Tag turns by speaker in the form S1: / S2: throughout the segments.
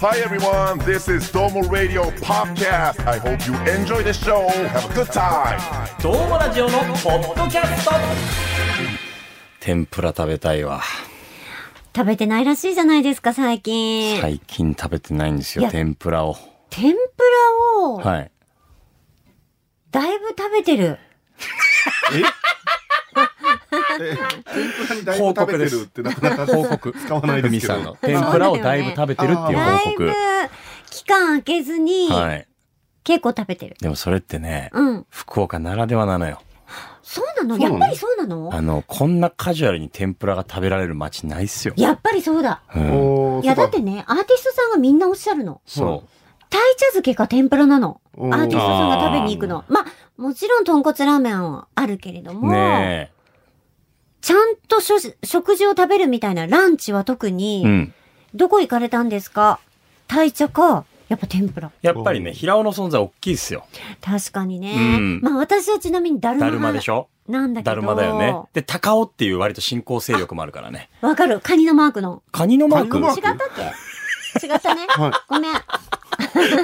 S1: Hi everyone, this is Domo Radio Podcast. I hope you enjoy the show. Have a good time.
S2: どうもラジオのポッドキャスト天ぷら食べたいわ
S3: 食べてないらしいじゃないですか、最近。
S2: 最近食べてないんです
S3: い
S2: よ
S3: や
S2: 天ぷらを
S3: 天ぷらを、
S2: はい
S3: だいぶ食べてる。
S4: 天ぷらにだいぶ食べてるってなかなか
S2: 報告
S4: 使わないで
S2: ふみ
S4: すけ
S2: さん
S4: ど
S2: の。天ぷらをだいぶ食べてるっていう報
S3: だいぶ
S2: 告、
S3: 期間空けずに、
S2: はい
S3: 結構食べてる。
S2: でもそれってね、
S3: うん。
S2: 福岡ならではなのよ
S3: そう
S4: そ
S3: なの
S4: うな
S3: や
S4: の
S3: っぱりそうなの
S2: あのこんなカジュアルに天ぷらが食べられる街ないっすよ、
S3: やっぱりそうだ。
S2: うん、
S4: おー
S3: いや、
S4: そ
S3: だ
S4: う
S3: ってね、アーティストさんがみんなおっしゃるの。
S2: そう
S3: 鯛茶漬けか天ぷらなの。ア
S4: おー
S3: ーティストさんが食べに行くの。まあ、もちろん豚骨ラーメンはあるけれども、
S2: ね
S3: ちゃんとしょ食事を食べるみたいなランチは特に、
S2: えうん
S3: どこ行かれたんですか鯛茶か、やっぱ天ぷら。
S2: やっぱりね平尾の存在大きいっすよ
S3: 確かにね。
S2: うん
S3: まあ私はちなみにだるま。
S2: だるまでしょ
S3: なんだけど。
S2: だるまだよねで高尾っていう割と新興勢力もあるからね
S3: わかるカニのマークの。
S2: カニのマーク
S4: カニのマー
S3: 違
S4: ク
S3: ったっけ違ったね。
S4: はい
S3: ごめん。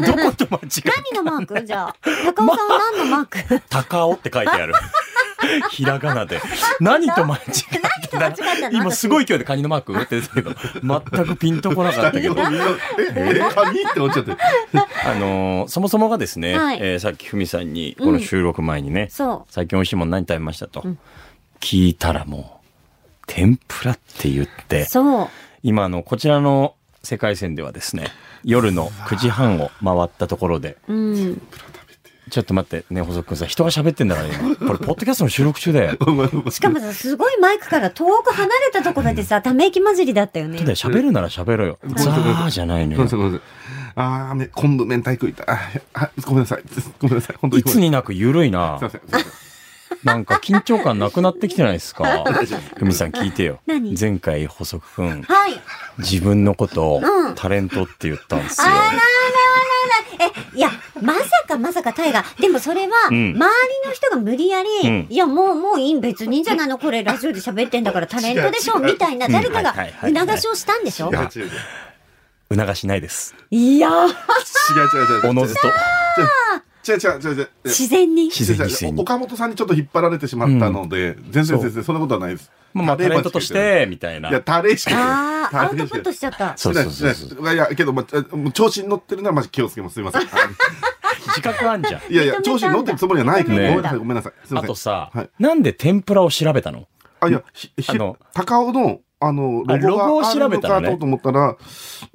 S2: どこと間違え
S3: 何のマークじゃあ。高尾さんは何のマーク
S2: 高尾って書いてある。 ひらがなで。何と間違えた
S3: 何と間違えたの
S2: 今すごい勢いでカニのマーク打ってるけど、全くピンとこなかった け
S4: み
S2: ど、
S4: んなえ、え、髪って思っちゃって。
S2: あのーそもそもがですね、
S3: はい
S2: えーさっきふみさんに、この収録前にね、
S3: そう。
S2: 最近美味しいもの何食べましたと、聞いたらもう、天ぷらって言って、
S3: そう。
S2: 今あの、こちらの世界線ではですね、夜の9時半を回ったところで、
S3: うん。
S2: ちょっと待ってね、細くんさ、人が喋ってんだから今。これ、ポッドキャストの収録中だよ。
S3: しかもさ、すごいマイクから遠く離れたところでさ、ため息混じりだったよね。
S2: で喋るなら喋ろよ。ザーじゃないの
S4: ごめんな
S2: よ
S4: さ。い、ごめんなさい。あー、ね、昆布明太食いた。ああ、ごめんなさい。ごめんなさい。本当
S2: い
S4: にご
S2: つ
S4: めん
S2: になく緩いな
S4: なさい。。すいません。すいま
S2: なんか緊張感なくなってきてないですか。ふみさん聞いてよ
S3: 何。
S2: 前回補足くん、
S3: はい。
S2: 自分のことを
S3: うん
S2: タレントって言ったんですよ
S3: あ。ららららら。え、いや、まさかまさかタイガー。でもそれは、
S2: うん
S3: 周りの人が無理やり、
S2: うん
S3: いや、もう、もういい、別にいいんじゃないのこれ、ラジオで喋ってんだ からタレントでしょ
S4: 違う違う
S3: みたいな、誰かが
S2: はいはいはい
S3: 促しをしたんでしょ
S4: せんいや違う違う
S2: 促しないです。
S3: い やー、
S4: 違う違う違う。
S2: おのずと。
S4: 違う違う違う違う。
S3: 自然に。
S2: 自然
S4: 違う
S2: に自
S4: 違
S2: 然
S4: う
S2: に。
S4: 岡本さんにちょっと引っ張られてしまったので、全然全然そんなことはないです。
S2: まあまあタレントとし。てみたい
S4: いや、
S2: な。
S4: タレしか言ってない。
S3: あー、アウトプットしちゃった。
S2: そうそうそうそう。
S4: う。いや、けど、まあ、もう調子に乗ってるなら、まず気をつけます。すいま せん。
S2: 自覚あんじゃん。
S4: いやいや、調子に乗ってるつもりはないけど、
S2: ね
S4: ごめんなさい、ごめんなさい。すいま
S2: あ
S4: せん。
S2: とさ
S4: はい、
S2: なんで天ぷらを調べたの。
S4: あ、いや、ひ、ひ
S2: あの、
S4: 高尾の、あの、
S2: あ
S4: ロゴ
S2: ロゴを
S4: があ
S2: 調
S4: る
S2: べ
S4: の
S2: たの
S4: か
S2: ね
S4: と思ったら、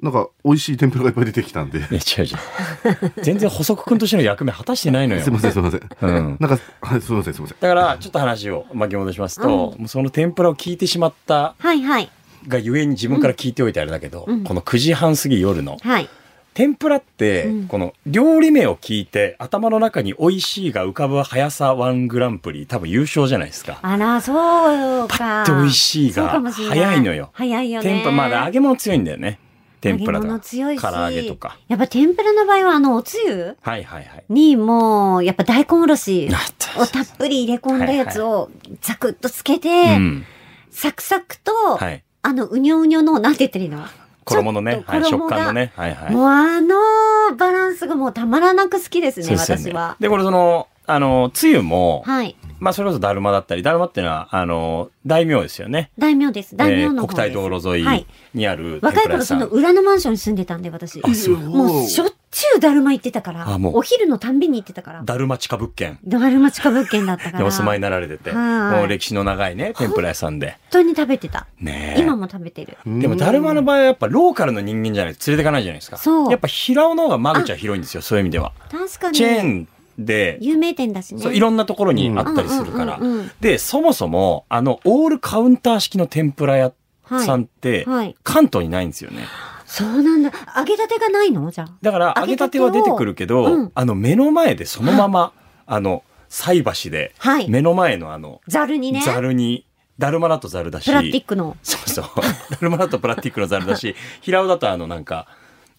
S4: なんか、美味しい天ぷらがいっぱい出てき たんで。
S2: いや違う違う。全然補足くんとしての役目果たしてないのよ
S4: すい。ません、すいません。
S2: うん。
S4: なんか、はい、すいません、すいません。
S2: だから、ちょっと話を巻き戻しますと、もうその天ぷらを聞いてしまった
S3: はいはい。
S2: がゆえに自分から聞いておいてあれだけど、
S3: うん
S2: この9時半過ぎ夜の、
S3: はい。
S2: 天ぷらって、
S3: うん
S2: この料理名を聞いて頭の中に美味しいが浮かぶ速さワングランプリ、多分優勝じゃないですか。
S3: あら、そうか。
S2: パッと美味しいが
S3: そうかもしれない
S2: 早いのよ
S3: 早いよね。
S2: 天ぷら、まだ揚げ物強いんだよね。天ぷら
S3: 揚
S2: と
S3: げ
S2: か。
S3: 物強いし。
S2: 唐揚げとか。。
S3: やっぱ天ぷらの場合は、あの、おつゆ
S2: はいはいはい。
S3: に、もう、やっぱ大根おろし。
S2: なった
S3: をたっぷり入れ込んだやつをザクッとつけて、
S2: うん。
S3: サクサクと、
S2: はい。
S3: あの、うにょうにょの、なんて言ってるの、
S2: 衣の
S3: ちょ
S2: ね
S3: っ、と
S2: はい、
S3: 衣
S2: 食
S3: が
S2: 感のね。はいはい。
S3: もうあのバランスがもうたまらなく好きですね、
S2: そうですよね
S3: 私は。
S2: で、これその、あの、つゆも、
S3: はい。
S2: まあ、それこそだるまだったり、だるまっていうのは、あの、大名ですよね。
S3: 大名です。大名
S2: え
S3: の
S2: ー
S3: 方
S2: 国
S3: です、
S2: 体道路沿
S3: はいい。
S2: にある天
S3: 若い
S2: ぷら屋さ
S3: 頃そ
S2: ん、
S3: の裏のマンションに住んでたんで、私。
S2: そう
S3: もうしょっちゅうだるま行ってたから、
S2: あもう
S3: お昼のたんびに行ってたから。
S2: だるま地下物件
S3: だるま地下物件だったか
S2: で
S3: ら。
S2: お住まい
S3: 本
S2: になられてて、
S3: はい
S2: もう歴史の長いね、天ぷら屋さんで。
S3: 当に食べてた。
S2: ねえ
S3: 今も食べてる。
S2: でも、だるまの場合はやっぱローカルの人間じゃないと連れてかないじゃないですか。
S3: そう
S2: やっぱ平尾の方が間口は広いんですよ、そういう意味では。
S3: 確かに。
S2: チェーンで、
S3: 有名店だしね。
S2: そういろんなところにあったりするから
S3: うんうんうんうん。
S2: で、そもそも、あの、オールカウンター式の天ぷら屋さんって
S3: はいはい、
S2: 関東にないんですよね。
S3: そうなんだ。揚げたてがないのじゃあ。
S2: だから揚
S3: 揚
S2: げ
S3: げ
S2: た
S3: た
S2: て
S3: て
S2: は
S3: を
S2: 出てくるけど、
S3: うん
S2: あの目の前でそのまま、あの、菜箸で、
S3: はい
S2: 目の前のあの、
S3: ざるにね。
S2: ざるに、だるまだとざるだし、
S3: プラスティックの。
S2: そうそう、 だるまだとプラスティックのざるだし、平尾だとあのなんか、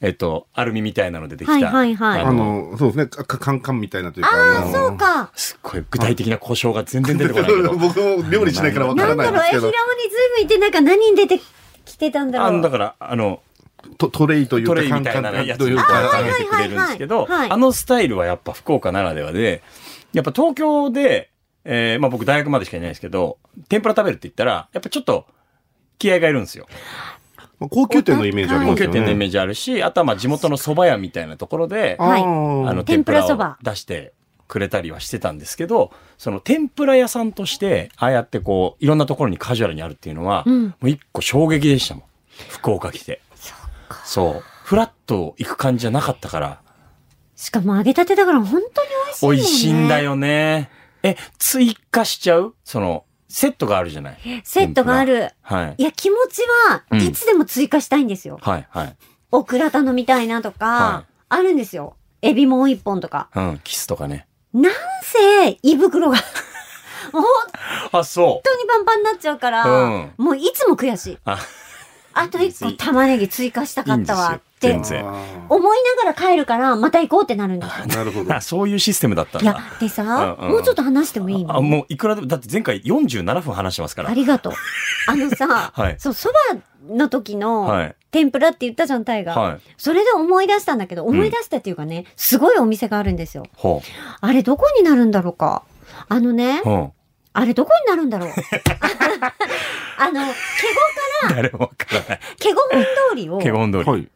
S2: えっと、アルミみたいなのでできた。
S3: はいはいはい
S2: あ
S4: あ
S2: の、
S4: の、そうですね、か、かカンカンみたいなというか。
S3: あ
S4: の
S3: あ、そうか。
S2: すっごい具体的な故障が全然出てこないけ ど。
S4: 僕も料理しないからわか
S3: な
S4: ら
S3: んだ
S4: ないん
S3: ろ
S4: です
S3: う、え、
S4: け
S3: 平尾
S4: ど
S3: に。ずいぶんいて、なんか何に出てきてたんだ
S2: あの、だ
S3: ろう。
S2: から、あの、
S4: トトレイという
S2: ト
S4: か
S2: レイ
S4: カン
S2: みた
S4: カ
S2: い
S4: ン
S2: な
S4: と
S2: やつに
S4: いう
S2: あ
S4: か
S2: げてくれるんですけ
S3: は
S2: ど
S3: いはいはいはい
S2: あのスタイルはやっぱ福岡ならではでやっぱ東京で、えーまあ、僕大学までしかいないですけど天ぷら食べるって言ったらやっぱちょっと気合がいるんですよ。
S4: まあ高級店のイメージあり
S2: 高
S4: ます
S2: 級
S4: よね
S2: 店のイメージあるし、あとはまあ地元の蕎麦屋みたいなところで、
S4: あ
S2: あ
S3: はい
S4: ー
S2: の、天
S3: 天ぷ
S2: ぷ
S3: ら
S2: ら
S3: そば
S2: を出してくれたりはしてたんですけど、その天ぷら屋さんとして、ああやってこう、いろんなところにカジュアルにあるっていうのは、
S3: うん
S2: もう一個衝撃でしたもん。福岡来て。そう。フラッと行く感じじゃなかったから、
S3: しかも揚げたてだから本当に美
S2: 美味
S3: 味し
S2: し
S3: い
S2: い
S3: もんね。
S2: んだ。よね。え、追加しちゃうその、セットがあるじゃない。
S3: セットがある。
S2: はい。
S3: いや、気持ち
S2: うん
S3: はいつでも追加したいんですよ。
S2: はい、はい。
S3: オクラ頼みたいなとか、
S2: は
S3: あるんですよ。エビもう一本とか。
S2: うん、キスとかね。
S3: なんせ、胃袋 が、もう本
S2: あ、そう。
S3: 当にパンパンになっちゃうから、
S2: うん
S3: もういつも悔しい。
S2: あ、
S3: あと一個玉ねぎ追加したかったわって
S2: いいんですよ
S4: あ
S3: 思いながら帰るから、また行こうってなるんですよ。
S4: ーなるほど
S2: あそういうシステムだったん
S3: いや
S2: だ。、
S3: でさ、
S2: うんうん
S3: もうちょっと話してもいいの
S2: あ、もういくらでも、だって前回47分話してますから
S3: あ。りがとう。あのさ、
S2: はい
S3: そう、蕎麦の時
S2: は
S3: の
S2: い。
S3: 天ぷらって言ったじゃん、タイが。
S2: はい。
S3: それで思い出したんだけど、思い出したっていうかね、すごいお店があるんですよ。
S2: ほ
S3: あれどこになるんだろうか。あのね
S2: う。、ほ
S3: あれどこになる んだろう。あの、
S2: う。誰もわからない。
S3: ケゴ、ケゴ本通りを、
S2: ケゴン通り。
S4: はい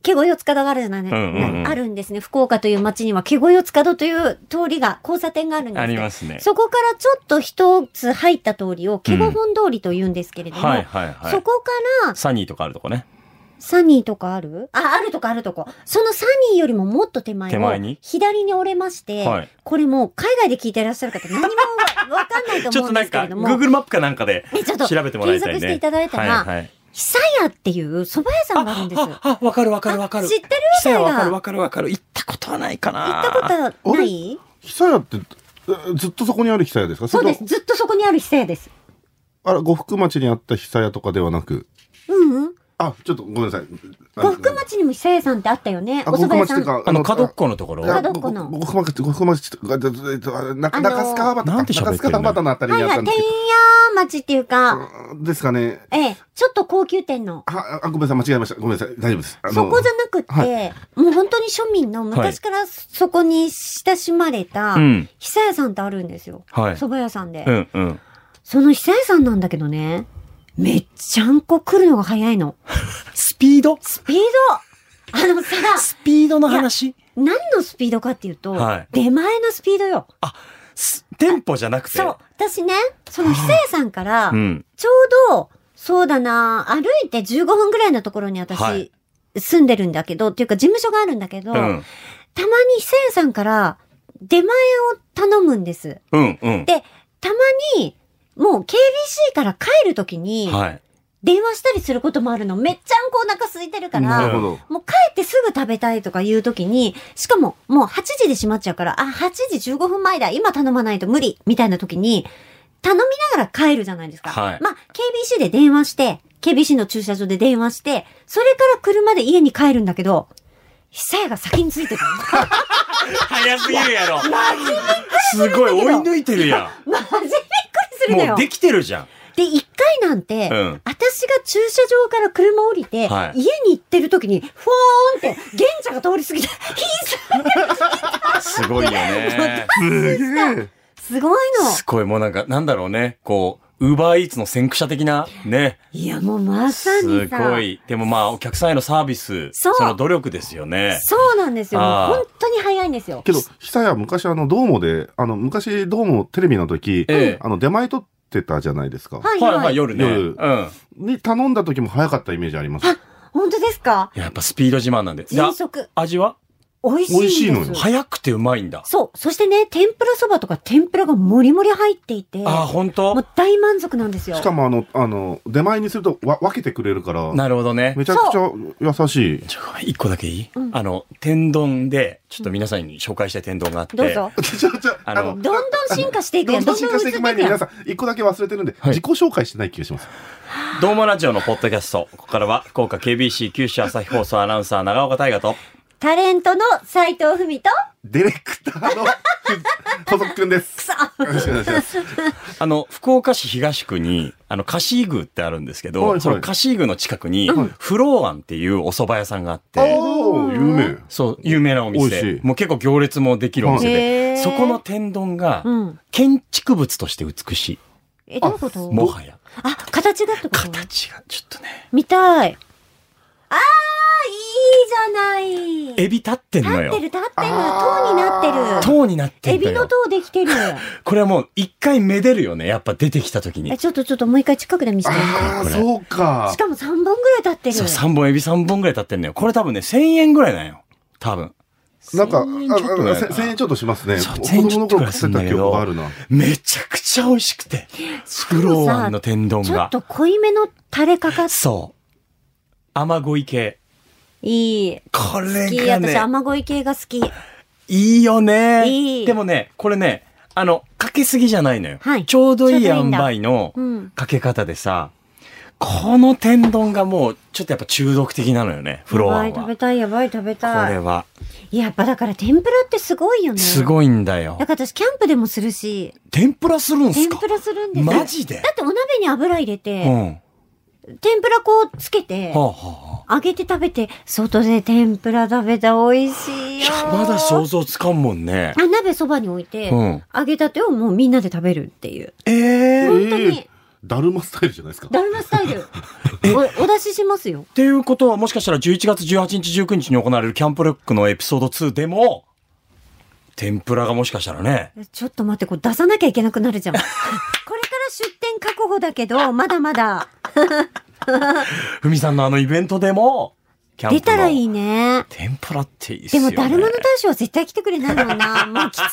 S3: ケゴ四つ角があるじゃない、
S2: うんうんうん
S3: あるんですね。福岡という町には、ケゴ四つ角という通りが、交差点があるんです
S2: あり
S3: けど
S2: ますね。
S3: そこからちょっと一つ入った通りを、ケゴ本通りと言うんですけれども、
S2: はいはいはい。
S3: そこから、
S2: サニーとかあるとこね。
S3: サニーとかあるあ、あるとかあるとこ。そのサニーよりももっと手前を
S2: 手前に
S3: 左に折れまして、
S2: はい
S3: これもう海外で聞いてらっしゃる方何もわわかんないと
S2: ちょっと
S3: 思うん
S2: な
S3: で
S2: ん
S3: すけ
S2: か、
S3: れども、
S2: Google マップかなんかで
S3: えちょっと
S2: 調べてもらいたいね。
S3: 検索していただいたら
S2: はいはい。
S3: 久屋っていう蕎麦屋さんがあるんです。
S2: あ、あ、あわかるわかるわかる。
S3: あ知ってる
S2: 久屋
S3: みた
S2: わ
S3: いな
S2: かるわかるわかる。行ったことはないかな。
S3: 行ったことない
S4: 久屋ってえずっとそこにある久屋ですか
S3: そうで
S4: れ
S3: す。ずっとそこにある久屋です。
S4: とあら呉服町にあった久屋とかではなく
S3: うんうん。
S4: あちょっとごめんなさい
S3: 呉服町にも久屋さんってあったよね。
S4: あ
S3: お
S4: 呉
S3: 蕎
S4: 服
S3: 麦屋
S4: 町っていう
S3: さ。
S4: んか
S2: あの、角っこのところ。
S3: あ
S2: は
S3: 角っこの
S4: 呉服町呉服町とかえっとな
S3: あのー
S4: 中須川端か
S2: なんて喋ってん
S4: 中
S2: の
S4: 須川端のあたり
S3: はい
S4: にあった
S3: はい。
S4: ん
S3: 天
S4: ですけ
S3: 屋町っていうか、
S4: どうんですかね
S3: ええ、ちょっと高級店の。
S4: ああごめんなさい間違えましたごめんなさい大丈夫ですあの
S3: そこじゃなくって、
S4: は
S3: もう本当に庶民の昔からそこに親しまれた
S2: う、ん。
S3: 久屋さんってあるんですよ。
S2: はい
S3: 蕎麦屋さんで。
S2: うんうん。
S3: その久屋さんなんだけどね、めっちゃんこ来るのが早いの。
S2: スピード
S3: スピードあのさ、
S2: スピードの話
S3: 何のスピードかっていうと、
S2: はい
S3: 出前のスピードよ。
S2: すテンポじゃなくて。
S3: そう。私ね、その久屋さんから
S2: う、ん。
S3: ちょうど、そうだな、歩いて15分ぐらいのところに私、
S2: はい
S3: 住んでるんだけど、っていうか事務所があるんだけど、
S2: うん。
S3: たまに久屋さんから出前を頼むんです。
S2: うんうん。
S3: で、たまに、もう KBC から帰るときに、
S2: はい。
S3: 電話したりすることもあるの。めっちゃんこお腹空いてるか
S4: なる
S3: ら、
S4: ほど
S3: もう帰ってすぐ食べたいとかいうときに、しかももう8時で閉まっちゃうから、あ、8時15分前だ、今頼まないと無理、みたいなときに、頼みながら帰るじゃないですか。
S2: はい
S3: まあ、KBC で電話して、KBC の駐車場で電話して、それから車で家に帰るんだけど、久屋が先についてくるの。
S2: 早すぎるやろ。すごい追い抜いてるや
S3: マジびっくりす
S2: ん。
S3: るの
S2: も
S3: よ。
S2: う
S3: で
S2: で、きてるじゃん。
S3: 一回なんて、
S2: うん
S3: 私が駐車場から車降りて、
S2: はい
S3: 家に行ってる時に、ふォーンって、玄茶が通り過ぎて、ヒー
S2: すごいよ ね。
S4: すげえ
S3: スすごいの。
S2: すごい、もうなんか、なんだろうね。こう、ウーバーイーツの先駆者的な、ね。
S3: いや、もうまさ
S2: す
S3: にさ、
S2: ごい。でもまあ、お客さんへのサービス、
S3: そう
S2: の努力ですよね。
S3: そうなんですよ。
S2: あー
S3: 本当に早いんですよ。
S4: けど久屋昔あのドームであの昔ドームテレビの時
S2: ええ
S4: あの出前取ってたじゃないですか
S3: は
S2: は
S3: い
S2: い
S3: はい。
S2: はい、夜ね。う
S4: 夜
S2: ん。いや
S4: に頼んだ時も早かったイメージあります
S3: 本当ですか
S2: やっぱスピード自慢なんで。じゃ
S3: 迅速。
S2: あ味は
S3: 美味しいんです
S4: 美味しいのよ
S2: 早くてうまいんだ。
S3: そう。そしてね、天ぷらそばとか天ぷらがもりもり入っていて、
S2: ああ、
S3: も
S2: ほんと
S3: う大満足なんですよ。
S4: しかもあの、あの、出前にするとわ分けてくれるから、
S2: なるほどね。
S4: めちゃくちゃ優しい。
S2: ちょ、ごめん一個だけいい、
S3: うん
S2: あの、天丼で、ちょっと皆さんに紹介したい天丼があって。
S3: どうぞ。
S4: ち ょちょ
S2: あの
S3: どんどん進化してい
S4: ど
S3: くやん。
S4: んどん進化していく前に
S3: どん
S4: 皆
S3: どん移って
S4: さん、一個だけ忘れてるんで、
S2: はい
S4: 自己紹介してない気がします。
S2: どうもラジオのポッドキャスト。ここからは、福岡 KBC 九州朝日放送アナウンサー長岡大河と、
S3: いくやんタレントの斎藤文と、
S4: ディレクタ ーの細くくんです。
S3: そ
S4: よろしくお願いします。
S2: あの、福岡市東区に、あの、菓子宮ってあるんですけど、
S4: はいはい
S2: その菓子宮の近くに、フローアンっていうお蕎麦屋さんがあって、
S4: おお、有名。
S2: そう、有名なお
S4: 美味
S2: 店
S4: し。い
S2: もう結構行列もできるお店
S3: へー
S2: で、そこの天丼が
S3: うん、
S2: 建築物として美しい。
S3: え、どういうこと
S2: もはや。
S3: あ、形だってこと
S2: 形が、ちょっとね、
S3: 見たい。あー、いいじゃない。
S2: エビ立ってん
S3: 立
S2: の
S3: ってる、
S2: よ。
S3: 立ってる。塔になってる。
S2: 塔になってん
S3: エ
S2: の
S3: ビの
S2: よ。
S3: 塔で きてる。
S2: これはもう一回めでるよね。やっぱ出てきた時に
S3: え、。ちょっとちょっともう一回近くで見せて。
S4: ああ、
S2: これ
S4: そうか
S3: し。かも3本ぐらい立って
S2: そう、
S3: る。
S2: 3本エビ3本ぐらい立ってんのよ。これ多分ね、1000円ぐらいなんよ。多分。
S4: なんか、ああ
S2: 千円ちょっとぐらいかな
S4: せ千円ちょっとしますね。
S2: そう
S4: 子
S2: 1000円ち
S4: 供
S2: ょ
S4: の
S2: っとぐ
S4: 頃
S2: らいす
S4: 食
S2: ん
S4: って
S2: だ
S4: た
S2: け
S4: 記憶があ
S2: ど
S4: るな。、
S2: めちゃくちゃ美味しくて。フローアンの天丼
S3: ちょっ
S2: が。
S3: と濃いめのタレかかっ
S2: そう。雨乞い系。
S3: いい。
S2: こ
S3: 好
S2: れ
S3: き。
S2: が
S3: 私、
S2: ね、
S3: 雨乞い系が好き。
S2: いいよね。
S3: いい
S2: でもね、これね、あの、かけすぎじゃないのよ。
S3: はい
S2: ちょうどいい
S3: ちょうどい
S2: 塩
S3: いんだ
S2: 梅の
S3: うん
S2: かけ方でさ、この天丼がもう、ちょっとやっぱ中毒的なのよね、フロアン
S3: やばい、食
S2: は。
S3: べたい、やばい、食べ
S2: これ
S3: たい。
S2: は、
S3: やっぱだから天ぷらってすごいよね。
S2: す
S3: い。
S2: ごいんだよ
S3: だ。から私、キャンプでもするし、
S2: 天ぷらするんす
S3: 天
S2: か
S3: ぷらするんですよ
S2: マジで
S3: だってお鍋に油入れて、
S2: うん。は
S3: 天ぷらこうつけて、
S2: あ、はあは
S3: 揚げて食べて、外で天ぷら食べた美味し
S2: あ、
S3: い
S2: い
S3: よ。
S2: やまだ想像つかんもんね。
S3: あ鍋そばに置いて、
S2: うん
S3: 揚げたてをもうみんなで食べるって いう。
S2: ええ
S4: え
S2: っ
S3: 本当に
S4: えだるまスタイルじゃないですか。
S3: だるまスタイル。お、お出ししますよ。
S2: ていうことは、もしかしたら11月18日、19日に行われるキャンプレックのエピソード2でも、天ぷらがもしかしたらね、
S3: ちょっと待って、これ出さなきゃいけなくな るじゃん。これから出店確保だけど、まだまだ。
S2: ふみさんのあのイベントでも、キャンプの
S3: 出たらいいね。
S2: 天ぷらっていいっす
S3: で
S2: よ、
S3: も、
S2: ね。
S3: だるまの大将は絶対来てくれないもんな。もう、きつか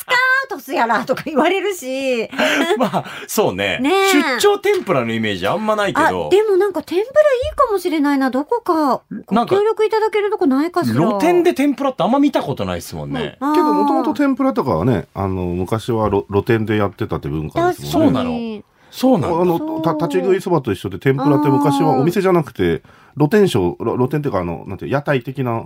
S3: ーとすやらとか言われるし。
S2: まあ、そうね
S3: ねえ
S2: 出張天ぷらのイメージあんまないけ
S3: あ、
S2: ど、
S3: でもなんか天ぷらいいかもしれないな。どこか、ご
S2: なんか
S3: 協力いただけるとこないかしら。
S2: 露店で天ぷらってあんま見たことないですもんね。
S3: あー。
S4: けど、もともと天ぷらとかはね、あの、昔は露露店でやってたって文化ですもんね。
S2: そうなのそうな
S4: あ
S2: んだ。
S4: のた立ち食いそばと一緒で天ぷらって昔はお店じゃなくて露天商露露天っていうかあのなんていう屋台的なも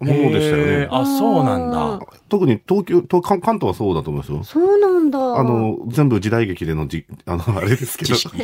S4: のでしたよ
S2: へえ
S4: ね
S2: あ、そうなんだ。
S4: 特に東京東関関東はそうだと思いますよ
S3: そうなんだ。
S4: あの全部時代劇でのじ あのあれですけど
S2: 知 識。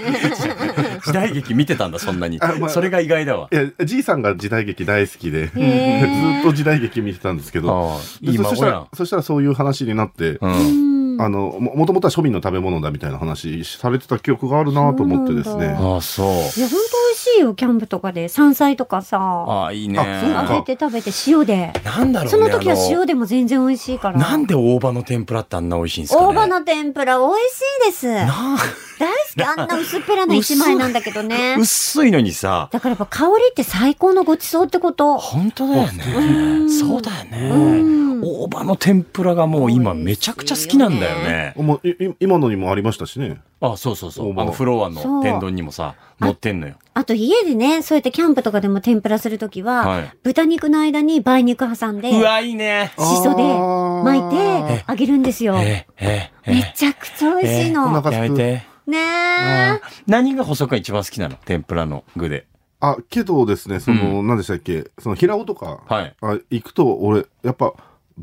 S2: 時代劇見てたんだ、そんなに
S4: あま。あ
S2: それが意外だわ
S4: い。やじいさんが時代劇大好きで ず
S3: へー
S4: っと時代劇見てたんですけど
S2: ああ
S4: で
S2: いい
S4: そそ
S2: 孫
S4: した
S2: や
S4: ら
S2: ん。
S4: そしたらそういう話になって
S2: う。
S3: うんん。
S4: あのももともとは庶民の食べ物だみたいな話されてた記憶があるなと思ってです
S3: そうなん
S4: ね
S3: だ
S2: ああ、そう。
S3: いや、ほんと美味しいよ、キャンプとかで。山菜とかさ、
S2: ああ、いいね。
S4: あそう
S3: 揚
S4: か
S3: げて食べて塩で。
S2: なんだろうね。
S3: その時は
S2: あ
S3: 塩でも全然美味しいから。
S2: なんで大葉の天ぷらってあんな美味しいんですかね
S3: 大葉の天ぷら美味しいです。大好き。あんな薄っぺらな一枚なんだけどね。
S2: 薄いのにさ、
S3: だからやっぱ香りって最高のごちそうってこと。
S2: 本当だよ
S3: ん
S2: ね。そうだよ
S3: うん
S2: ね。大葉の天ぷらがもう今めちゃくちゃ好きなんだよね。
S4: もういい今のにもありましたしね
S2: あ、そうそうそ
S4: 大
S2: う。
S4: 葉
S2: あのフロア
S3: そう
S2: の天丼にもさ、
S3: あ
S2: 乗ってんのよ。
S3: あと家でね、そうやってキャンプとかでも天ぷらするときは、
S2: はい
S3: 豚肉の間に梅肉挟んで、
S2: うわ、いいね。
S3: しそで巻いて
S4: あ
S3: 揚げるんですよ。
S2: え、え、
S3: め
S2: え、
S3: ちゃくちゃ美味しい
S4: お
S3: の。
S4: 腹
S2: や
S4: す
S2: め
S4: く
S2: て。
S3: ねえ。
S2: 何が細くが一番好きなの天ぷらの具で。
S4: あ、けどですね、その、何でしたっけ、その平尾とか、
S2: はい
S4: あ行くと、俺、やっぱ、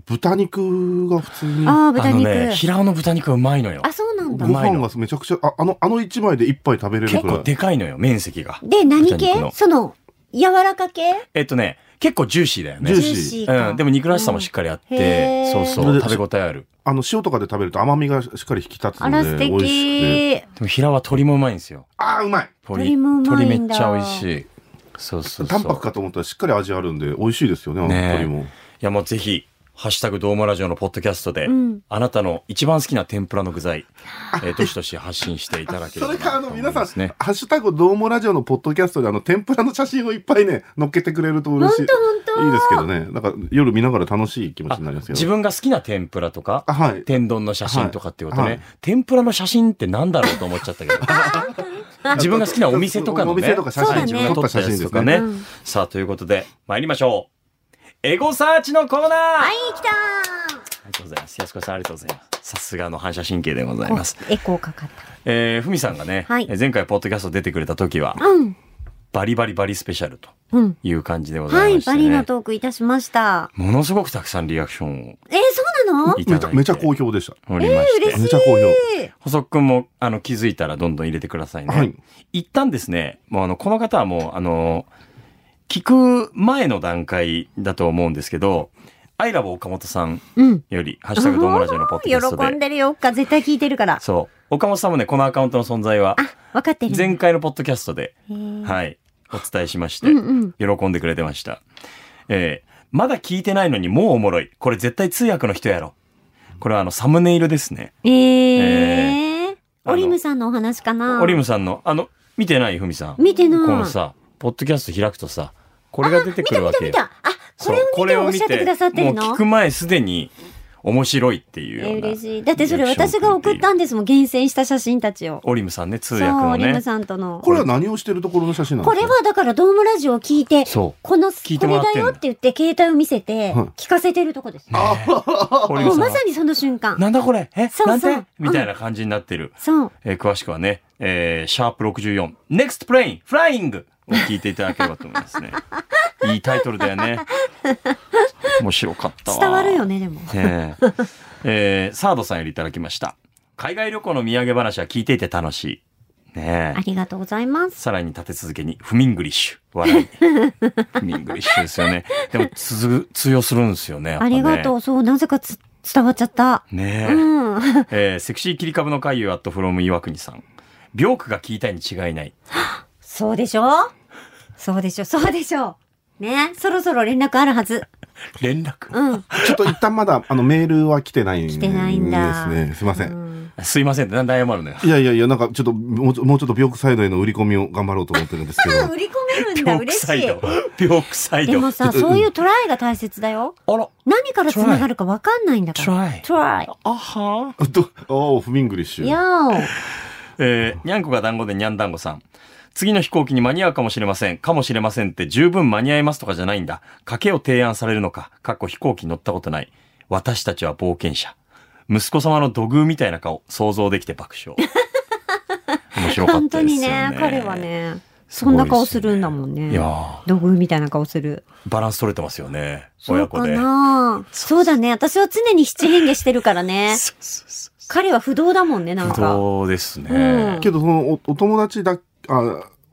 S4: 豚肉が普通に、
S3: ああ、
S2: あ
S3: 豚
S2: の
S3: 肉。
S2: ね、平尾の豚肉はうまいのよ。
S3: あ、そうなんだ
S4: ご
S2: う。まい
S4: 飯
S2: の
S4: がめちゃくちゃ、ああの、あの一枚で一杯食べれる
S2: 結
S4: くら
S2: 構
S4: い。
S2: でかいのよ、面積が。
S3: で、何
S2: 豚肉
S3: 系
S2: の
S3: その、柔らか系
S2: えっとね、結構ジューシーだよね。
S4: ジューシ
S3: ーか
S2: うん、でも肉らしさもしっかりあっ
S3: うんへー
S2: て、そうそ
S4: それ
S2: う、
S4: で
S2: 食べ応えある。
S4: あの、塩とかで食べると甘みがしっかり引き立つ
S3: あ
S4: ので、
S3: ら、素
S4: 美味しくて。
S3: 敵。
S2: でも平は鶏もうまいんですよ。
S4: ああ、うまい
S2: 鶏、
S3: 鶏もうまいんだ
S2: 鶏めっちゃ美味しい。そうそうそ
S4: 淡
S2: う。
S4: 白かと思ったらしっかり味あるんで、美味しいですよね、あの
S2: ねえ
S4: 鶏も。
S2: いやもうぜひ、ハッシュタグドーマラジオのポッドキャストで、
S3: うん
S2: あなたの一番好きな天ぷらの具材、えー、どしどし発信していただけれ
S4: そ
S2: ば
S4: れ
S2: な
S4: か、あ
S2: と
S4: の、
S2: 思い
S4: 皆さん、ハ
S2: ますね。
S4: ッシュタグ、どうもラジオのポッドキャストで、あの、天ぷらの写真をいっぱいね、乗っけてくれると嬉しい。
S3: ほんとほんと
S4: いいですけどね。なんか、夜見ながら楽しい気持ちになりますけど。
S2: 自分が好きな天ぷらとか、
S4: あはい
S2: 天丼の写真とかっていうことね、
S4: はいはい
S2: 天ぷらの写真ってなんだろうと思っちゃったけど自分が好きなお店とかのね
S4: お店とか写
S3: 真
S2: はい
S3: そ
S2: 自分
S3: うだね
S2: が撮ったやつとかね、
S3: 撮った写真ですね
S2: さあということで参りましょうエゴサーチのコーナー、
S3: は
S2: あ
S3: い、来
S2: り
S3: た
S2: がとうございます安子さんありがとうございますさすがの反射神経でございま
S3: ー
S2: す
S3: おエコーかかっ
S2: えーふみさんがね、
S3: はい
S2: えー前回ポッドキャスト出てくれた時は
S3: た。うん。
S2: バリバリバリスペシャルと
S3: うん。
S2: いう感じでござ
S3: はい
S2: ま
S3: い、
S2: して、
S3: バ
S2: ね。
S3: リのトークいたしました。
S2: ものすごくたくさんリアクション
S3: えー、そうなの
S2: を
S4: め
S2: いた
S4: ち
S2: だい
S4: ゃ
S2: て。
S4: めちゃ好評でした。
S2: おりまして。
S4: めちゃ好評。
S3: えー
S2: 細くんも、あの、気づいたらどんどん入れてくださいね。
S4: はい。
S2: 一旦ですね、もうあの、この方はもう、あの、聞く前の段階だと思うんですけど、アイラブ岡本さん
S3: うん。
S2: より、ハッシュタグドームラジオのポッドキャスト
S3: 喜ん
S2: で。
S3: でるよ、おっか。絶対聞いてるから。
S2: そう。岡本さんもね、このアカウントの存在は、
S3: あ、分かってる。
S2: 前回のポッドキャストで、
S3: へー
S2: はい、お伝えしまして
S3: う、ん
S2: 喜んでくれてました。えーまだ聞いてないのにもうおもろい。これ絶対通訳の人やろ。これはあの、サムネイルですね。
S3: うん。えー。オリムさんのお話かな
S2: オリムさんの、あの、見てないふみさん。
S3: 見てない
S2: このさ、ポッドキャスト開くとさ、これが出てくるわ
S3: 見た
S2: け
S3: 見
S2: よ。
S3: た見た。あ、これを見ておっしゃってくださってる
S2: もう
S3: の
S2: 聞く前すでに面白いっていう
S3: え
S2: ような
S3: ー嬉しい。だってそれ私が送っ
S2: リアクションを
S3: たんですもん、厳選した写真たちを。
S2: オリムさんね、通
S3: そう、
S2: 訳の
S3: オリ
S2: ね
S3: ム。さんとの。
S4: これは何をしてるところの写真なん
S3: こ
S4: です
S3: れ
S4: か
S3: はだからドームラジオを聞いて、
S2: そう
S3: この、こ
S2: 聞いてもら
S3: れ
S2: ってん
S3: だ
S2: の
S3: よって言って携帯を見せて
S4: はい、
S3: 聞かせてるとこです。も
S2: オリム
S3: う
S2: さんは
S3: まさにその瞬間。
S2: なんだこれえ
S3: そうそう
S2: なんて
S3: うん
S2: みたいな感じになってる。
S3: そう。
S2: えー詳しくはね、えー、シャープ64、NEXT PLANE FLYING を聞いていただければと思いますね。いいタイトルだよね。面白かったわ。
S3: 伝わるよね、でも。
S2: えーえーサードさんよりいただきました。海外旅行の土産話は聞いていて楽しい。ね
S3: あ
S2: え。
S3: りがとうございます。
S2: さらに立て続けに、フミングリッシュ。笑 い。フミングリッシュですよね。でも、つづ通用するんですよね。やっぱ
S3: あ
S2: ね
S3: りがとう。そう、なぜかつ伝わっちゃった。
S2: ねえ。
S3: うん。
S2: えーセクシー切り株の回遊アットフロム岩国さん。病句が聞いたに違いない。
S3: そうでしょそうでしょそうでしょねそろそろ連絡あるはず。
S2: 連絡。
S3: うん。
S4: ちょっと一旦まだ、あの、メールは来てないんです
S3: 来てないんだ
S4: ね。すいませ。
S3: うんん
S2: すいませんって、なんで謝るのよ。
S4: いやいやいや、なんかちょっと、もうちょもうちょっと病気サイドへの売り込みを頑張ろうと思ってるんですけ ど。
S3: 売り込めるんだ、
S2: 病句
S3: 嬉し
S2: サイド
S3: い。。
S2: 病句サイ
S3: で
S2: ド。
S3: もさ、
S4: ちょっと
S3: そういうトライが大切だよ。
S2: あら、
S3: 何から繋がるか分かんないんだから。
S2: try
S3: トライ。
S2: あは
S4: どおー、フミングリッシュ。
S3: やー
S2: えー、にゃんこが団子でにゃん団子さん。次の飛行機に間に合うかもしれません。かもしれませんって十分間に合いますとかじゃないんだ。賭けを提案されるのか。かっこ飛行機に乗ったことない。私たちは冒険者。息子様の土偶みたいな顔、想像できて爆 笑。面白かっ
S3: 本
S2: た
S3: 当
S2: です
S3: に
S2: よね。
S3: ね、彼は。ね、そんな顔するんだもんね。
S2: いやー
S3: 道具みたいな顔する。
S2: バランス取れてますよね。
S3: そう
S2: 親
S3: か
S2: 子で。
S3: なそうだね。私は常に七変化してるからね。
S2: そうそうそう
S3: 彼は不動だもんね、 なん
S2: 不
S3: か。
S2: 動ですね。
S3: うん
S4: けど、そのお、お友達だ、あ、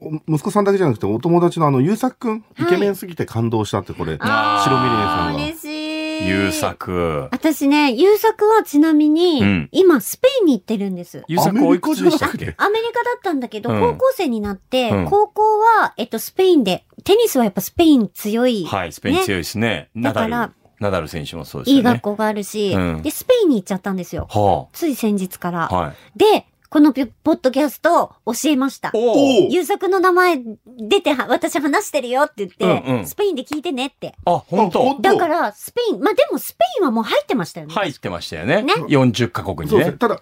S4: お息子さんだけじゃなくて、お友達のあの、ゆうさくくん、イケメンすぎて感動したって、これ。
S2: あー
S4: 白ミリネ
S3: あ
S4: さ
S3: ー
S4: んが。
S3: 嬉しい。
S2: 優。作。
S3: 私ね、優作はちなみに、
S2: うん
S3: 今スペインに行ってるんです。
S2: 優作おいくつでしたっけ
S3: アメリカだったんだけど、
S2: うん
S3: 高校生になって、
S2: うん
S3: 高校は、えっと、スペインで、テニスはやっぱスペイン強い、
S2: はい、スペイン強いですね。ナダ
S3: だか
S2: ル。
S3: ら
S2: ナダル選手もそうですよ
S3: い
S2: ね。
S3: い学校があるし、
S2: うん
S3: で、スペインに行っちゃったんですよ。
S2: は
S3: つい先日から。
S2: あ、はい。
S3: で、このピポッドキャストを教えました。
S2: お
S3: 優作の名前出ては、私話してるよって言って、
S2: うんうん
S3: スペインで聞いてねって。
S2: あ、本当
S3: だから、スペイン、まあ、でもスペインはもう入ってましたよね。
S2: 入ってましたよね。
S3: ね
S2: 40カ国に
S4: そうです
S2: ね
S4: ね。。ただ、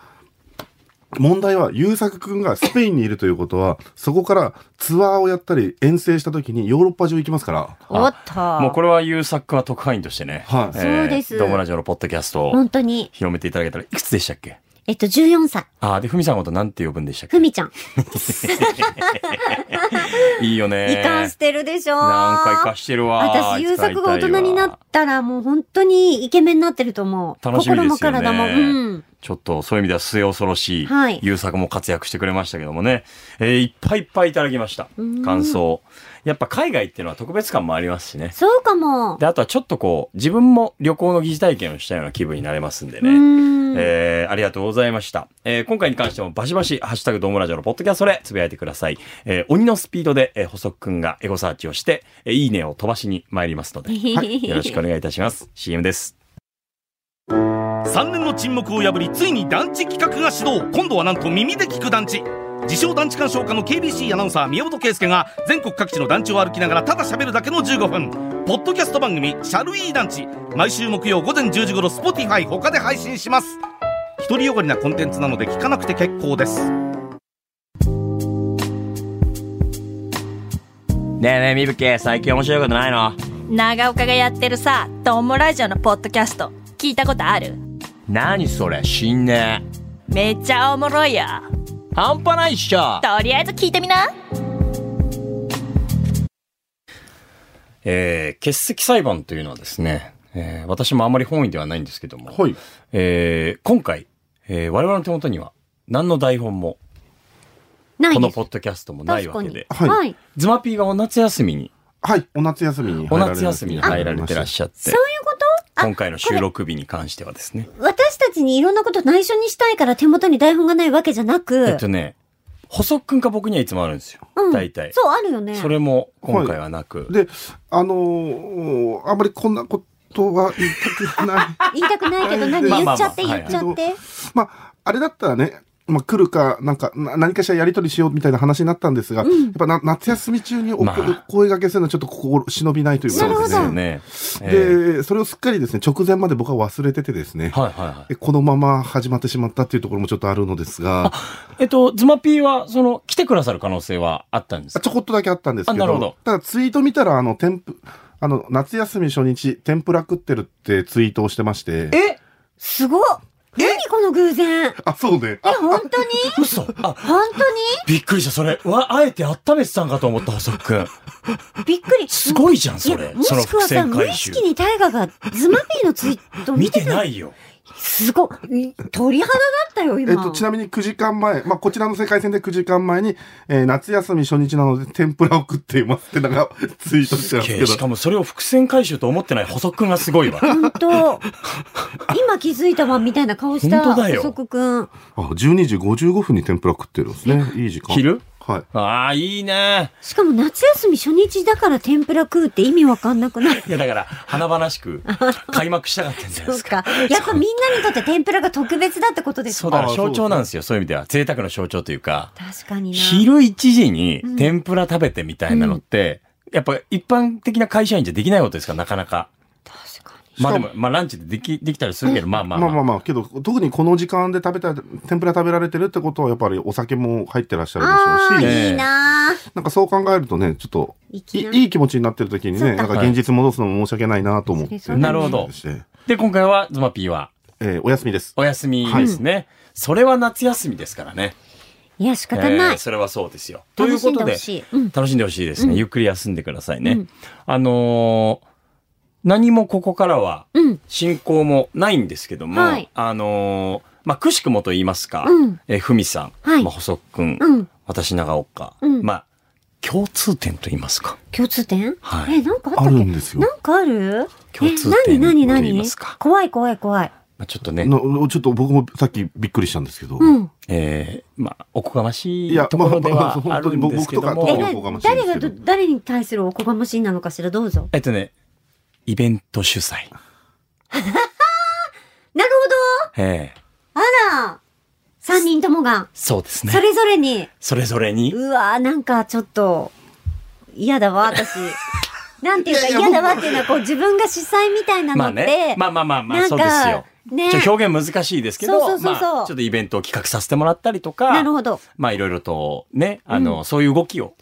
S4: 問題は、ゆうさくくんがスペインにいるということは、そこからツアーをやったり、遠征した時にヨーロッパ中行きますから。
S3: おっと。
S2: もうこれは優作は特派員としてね。
S4: はい
S3: そうです
S2: ドームラジオのポッドキャストを
S3: 本当に。
S2: 広めていただけたら、いくつでしたっけ
S3: えっと、14歳。
S2: ああ、で、ふみさんのことなんて呼ぶんでしたっ
S3: ふ
S2: け
S3: みちゃん。
S2: いいよね。
S3: 移管してるでしょ
S2: なんか生かしてるわ。
S3: 私、優作が大人になっ
S2: 使い
S3: たら、もう本当にイケメンになってると思う。
S2: 楽しみですよね
S3: 心も体も。うん。
S2: たいわちょっと、そういう意味では末恐ろしい
S3: はい
S2: 優作も活躍してくれましたけどもね。えーいっぱいいっぱいいただきました
S3: うん。
S2: 感想。やっぱ海外っていうのは特別感もありますしね。
S3: そうかも。
S2: で、あとはちょっとこう、自分も旅行の疑似体験をしたような気分になれますんで
S3: う
S2: ね。
S3: ん。
S2: えーありがとうございました。えー今回に関してもバシバシ、ハッシュタグドームラジオのポッドキャストでつぶやいてください。えー鬼のスピードで、えー、細くんがエゴサーチをして、えーいいねを飛ばしに参りますので、はいよろしくお願いいたします。CM です。
S5: 3年の沈黙を破りついに団地企画が始動今度はなんと耳で聞く団地自称団地鑑賞家の KBC アナウンサー宮本圭介が全国各地の団地を歩きながらただ喋るだけの15分ポッドキャスト番組「シャルイー団地」毎週木曜午前10時頃 Spotify 他で配信します独りよがりなコンテンツなので聞かなくて結構です
S2: ねえねえ、みぶけ、最近面白いことないの
S6: 長岡がやってるさ、ドームラジオのポッドキャスト、聞いたことある
S2: 何それ、死んね
S6: めっちゃおもろいよ。
S2: 半端ないっしょ
S6: とりあえず聞いてみな。
S2: えー欠席裁判というのはですね、えー私もあまり本意ではないんですけども、
S4: はい。
S2: えー今回、えー我々の手元には何の台本も、
S3: ない
S2: こ
S3: で
S2: の
S3: す
S2: ポッドキャストもないわけで、
S3: 確かに
S4: は
S3: はいい。
S2: ズマピーがお夏休みに、
S4: はい。お夏休みに
S2: お
S4: 入られる
S2: 夏休みに入られてらっしゃって
S3: そうい、うことあ
S2: 今回の収録日に関してはですね、
S3: 私たちにいろんなこと内緒にしたいから手元に台本がないわけじゃなく、
S2: えっとね、細くんか僕にはいつもあるんですよ。
S3: うん
S2: 大体。
S3: そう、あるよね。
S2: それも今回はなく。
S4: で、あのーあんまりこんなことは言いたくない。
S3: 言いたくないけど、何
S4: まあ
S3: 言
S2: まあ
S3: っちゃって、
S2: まあ
S3: 言っちゃって。
S4: まあ、あれだったらね、まあ、来るか、なんか、な何かしらやり取りしようみたいな話になったんですが、やっぱな夏休み中にお、
S2: まあ
S4: 声掛けするのはちょっと心忍びないというこ
S3: なる
S4: と
S3: ほ
S4: で
S3: ど
S4: すね。
S2: ね。え
S4: で、それをすっかりですね、直前まで僕は忘れててですね
S2: ー、はいはいはい。
S4: えこのまま始まってしまったっていうところもちょっとあるのですが、
S2: えっと、ズマピーは、その、来てくださる可能性はあったんです
S4: あ
S2: か
S4: ちょこっとだけあったんですけど、
S2: あなるほど
S4: ただツイート見たら、あの、天ぷ、あの、夏休み初日、天ぷら食ってるってツイートをしてまして、
S2: え
S3: すごっ何この偶然
S4: あ、そうね。
S3: え、
S4: あ
S3: 本当に
S2: 嘘あ、
S3: 本
S2: びっくりした。それ、わ、あえて温めてたんかと思った、細くん。
S3: 当にびっくり。
S2: すごいじゃん、そ
S3: い
S2: れ
S3: や。も
S2: その
S3: しく
S2: 伏
S3: はさ、
S2: 線
S3: 無
S2: 回
S3: 意
S2: 収
S3: 識。に大河がズマピーのツイート
S2: 見て
S3: い。
S2: ないよ。
S3: すごい。鳥肌だったよ、今。
S4: えっと、ちなみに9時間前、まあ、こちらの世界戦で9時間前に、えー夏休み初日なので天ぷらを食っていますってなんか ツイートしてます
S2: け
S4: け
S2: しか
S4: ど。
S2: もそれを伏線回収と思ってない細くんがすごいわ。
S3: 本当。今気づいたわ、みたいな顔した。
S2: 本当だよ
S3: 細くくん。
S4: あ、12時55分に天ぷら食ってるんですね。いい時間。
S2: 昼
S4: はい。
S2: ああ、いいね。
S3: しかも夏休み初日だから天ぷら食うって意味わかんなくない
S2: いや、だから、華々しく、開幕したかったんじゃないで
S3: そう
S2: すか
S3: か。。やっぱみんなにとって天ぷらが特別だってことです
S2: そう
S3: か
S2: だ、
S4: ああそう
S2: 象徴なんですよ。そういう意味では。贅沢の象徴というか。
S3: 確かにな。
S2: 昼1時に
S3: うん
S2: 天ぷら食べてみたいなのって、やっぱ一般的な会社員じゃできないことですから、なかなか。
S3: 確かに。
S2: まあで
S4: しかも
S2: も、まあランチででき、できたりするけど、まあま
S4: ま
S2: あ
S4: あ
S2: まあ。
S4: まあまあ、けど、特にこの時間で食べた、天ぷら食べられてるってことは、やっぱりお酒も入ってらっしゃる
S3: あ
S4: で
S3: あ
S4: しょうし、
S2: ええ
S3: ー、いいなー
S4: なんかそう考えるとね、ちょっと、
S3: い
S4: い
S3: きなり
S4: いい気持ちになってる時に
S3: そう
S4: ね、
S3: か
S4: なんか現実戻すのも申し訳ないなと思って。
S3: そうだねなる
S2: ほど
S4: でして
S2: で、今回は、ズマピーは、
S4: えーお休みです。
S2: お休みですね。それは夏休みですからね。
S3: いや、仕方な
S2: え
S3: い
S2: ー。それはそうですよ。とい
S3: 楽
S2: う
S3: し
S2: こ
S3: んで
S2: と
S3: ほ
S2: で、
S3: しい。うん。
S2: 楽しんでほしいですね。
S3: うん
S2: ゆっくり休んでくださいね。
S3: うん
S2: あのー何もここからは
S3: うん。
S2: 進行もないんですけども、
S3: はい
S2: あのーまあ、くしくもと言いますか、
S3: うん
S2: えーふみさん、
S3: はい
S2: まあ、細くん、
S3: うん。
S2: 私長岡、
S3: うん
S2: まあ、共通点と言いますか、
S3: 共通点
S2: はい
S3: え、なんかあっ
S4: あ
S3: たっ
S4: る
S3: け
S4: んですよ。
S3: なんかある
S2: 共通点
S3: え、なにな
S2: と言い
S3: にな
S2: ま
S3: に
S2: すか
S3: 怖い怖い怖い。
S2: まあ、ちょっとね、
S4: のちょっと僕もさっきびっくりしたんですけど、
S3: うん。
S2: えーまあ、おこがまし
S4: い
S2: い
S4: や
S2: ところで
S4: まあまあ
S2: は
S4: まあ
S2: あるんですけど
S4: 本当に僕とか
S2: も、
S4: とおこがましいです
S3: 誰
S4: け
S3: が
S4: ど
S3: ど、誰に対するおこがましいなのかしら、どうぞ。
S2: えっとね、イベント主催。
S3: なる
S2: えー
S3: ほどあら三人ともが、
S2: そうですね
S3: そ。れぞれに。
S2: それぞれに。
S3: うわーなんかちょっと、嫌だわ、私。 なんていうか、
S4: いやいや
S3: 嫌だわっていうのは、こう、自分が主催みたいな
S2: ま
S3: の
S2: あ
S3: って
S2: ね。、まあまあまあま
S3: な
S2: あ、
S3: んか
S2: そうですよ。
S3: ね
S2: ちょっと表現難しいですけど、
S3: そうそうそうそう
S2: まあ、ちょっとイベントを企画させてもらったりとか、
S3: なるほど。
S2: まあいろいろとね、あの、そういう動きを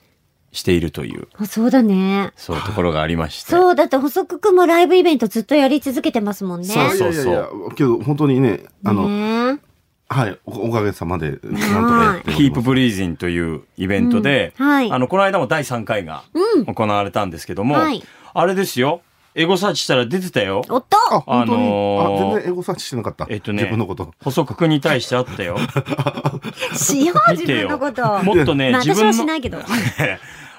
S2: しているという、
S3: あそうだね。
S2: そういうところがありまして。
S3: そう、だって、細くくんもライブイベントずっとやり続けてますもんね。
S2: そうそうそう
S4: いやいやいやけど本当にね、あの、
S3: ね
S4: はい、おおかげさまで、なんとかやっております
S2: キープブリージンというイベントで、
S3: うんはい
S2: あの、この間も第3回が
S3: う
S2: 行われたんですけども、
S3: はい
S2: あれですよ、エゴサーチしたら出てたよ。
S3: おっと
S4: あ、本当に、
S2: あのー
S4: あ、全然エゴサーチしてなかった。
S2: えっとね
S4: 自分のこと。
S2: 細く君に対してあった よ。
S3: しよう、
S2: 見
S3: 自
S2: て
S3: 分
S2: よ。
S3: のこと。
S2: もっとね、
S3: まあ、
S2: 自
S3: 私
S2: 分の。
S3: はしないけど。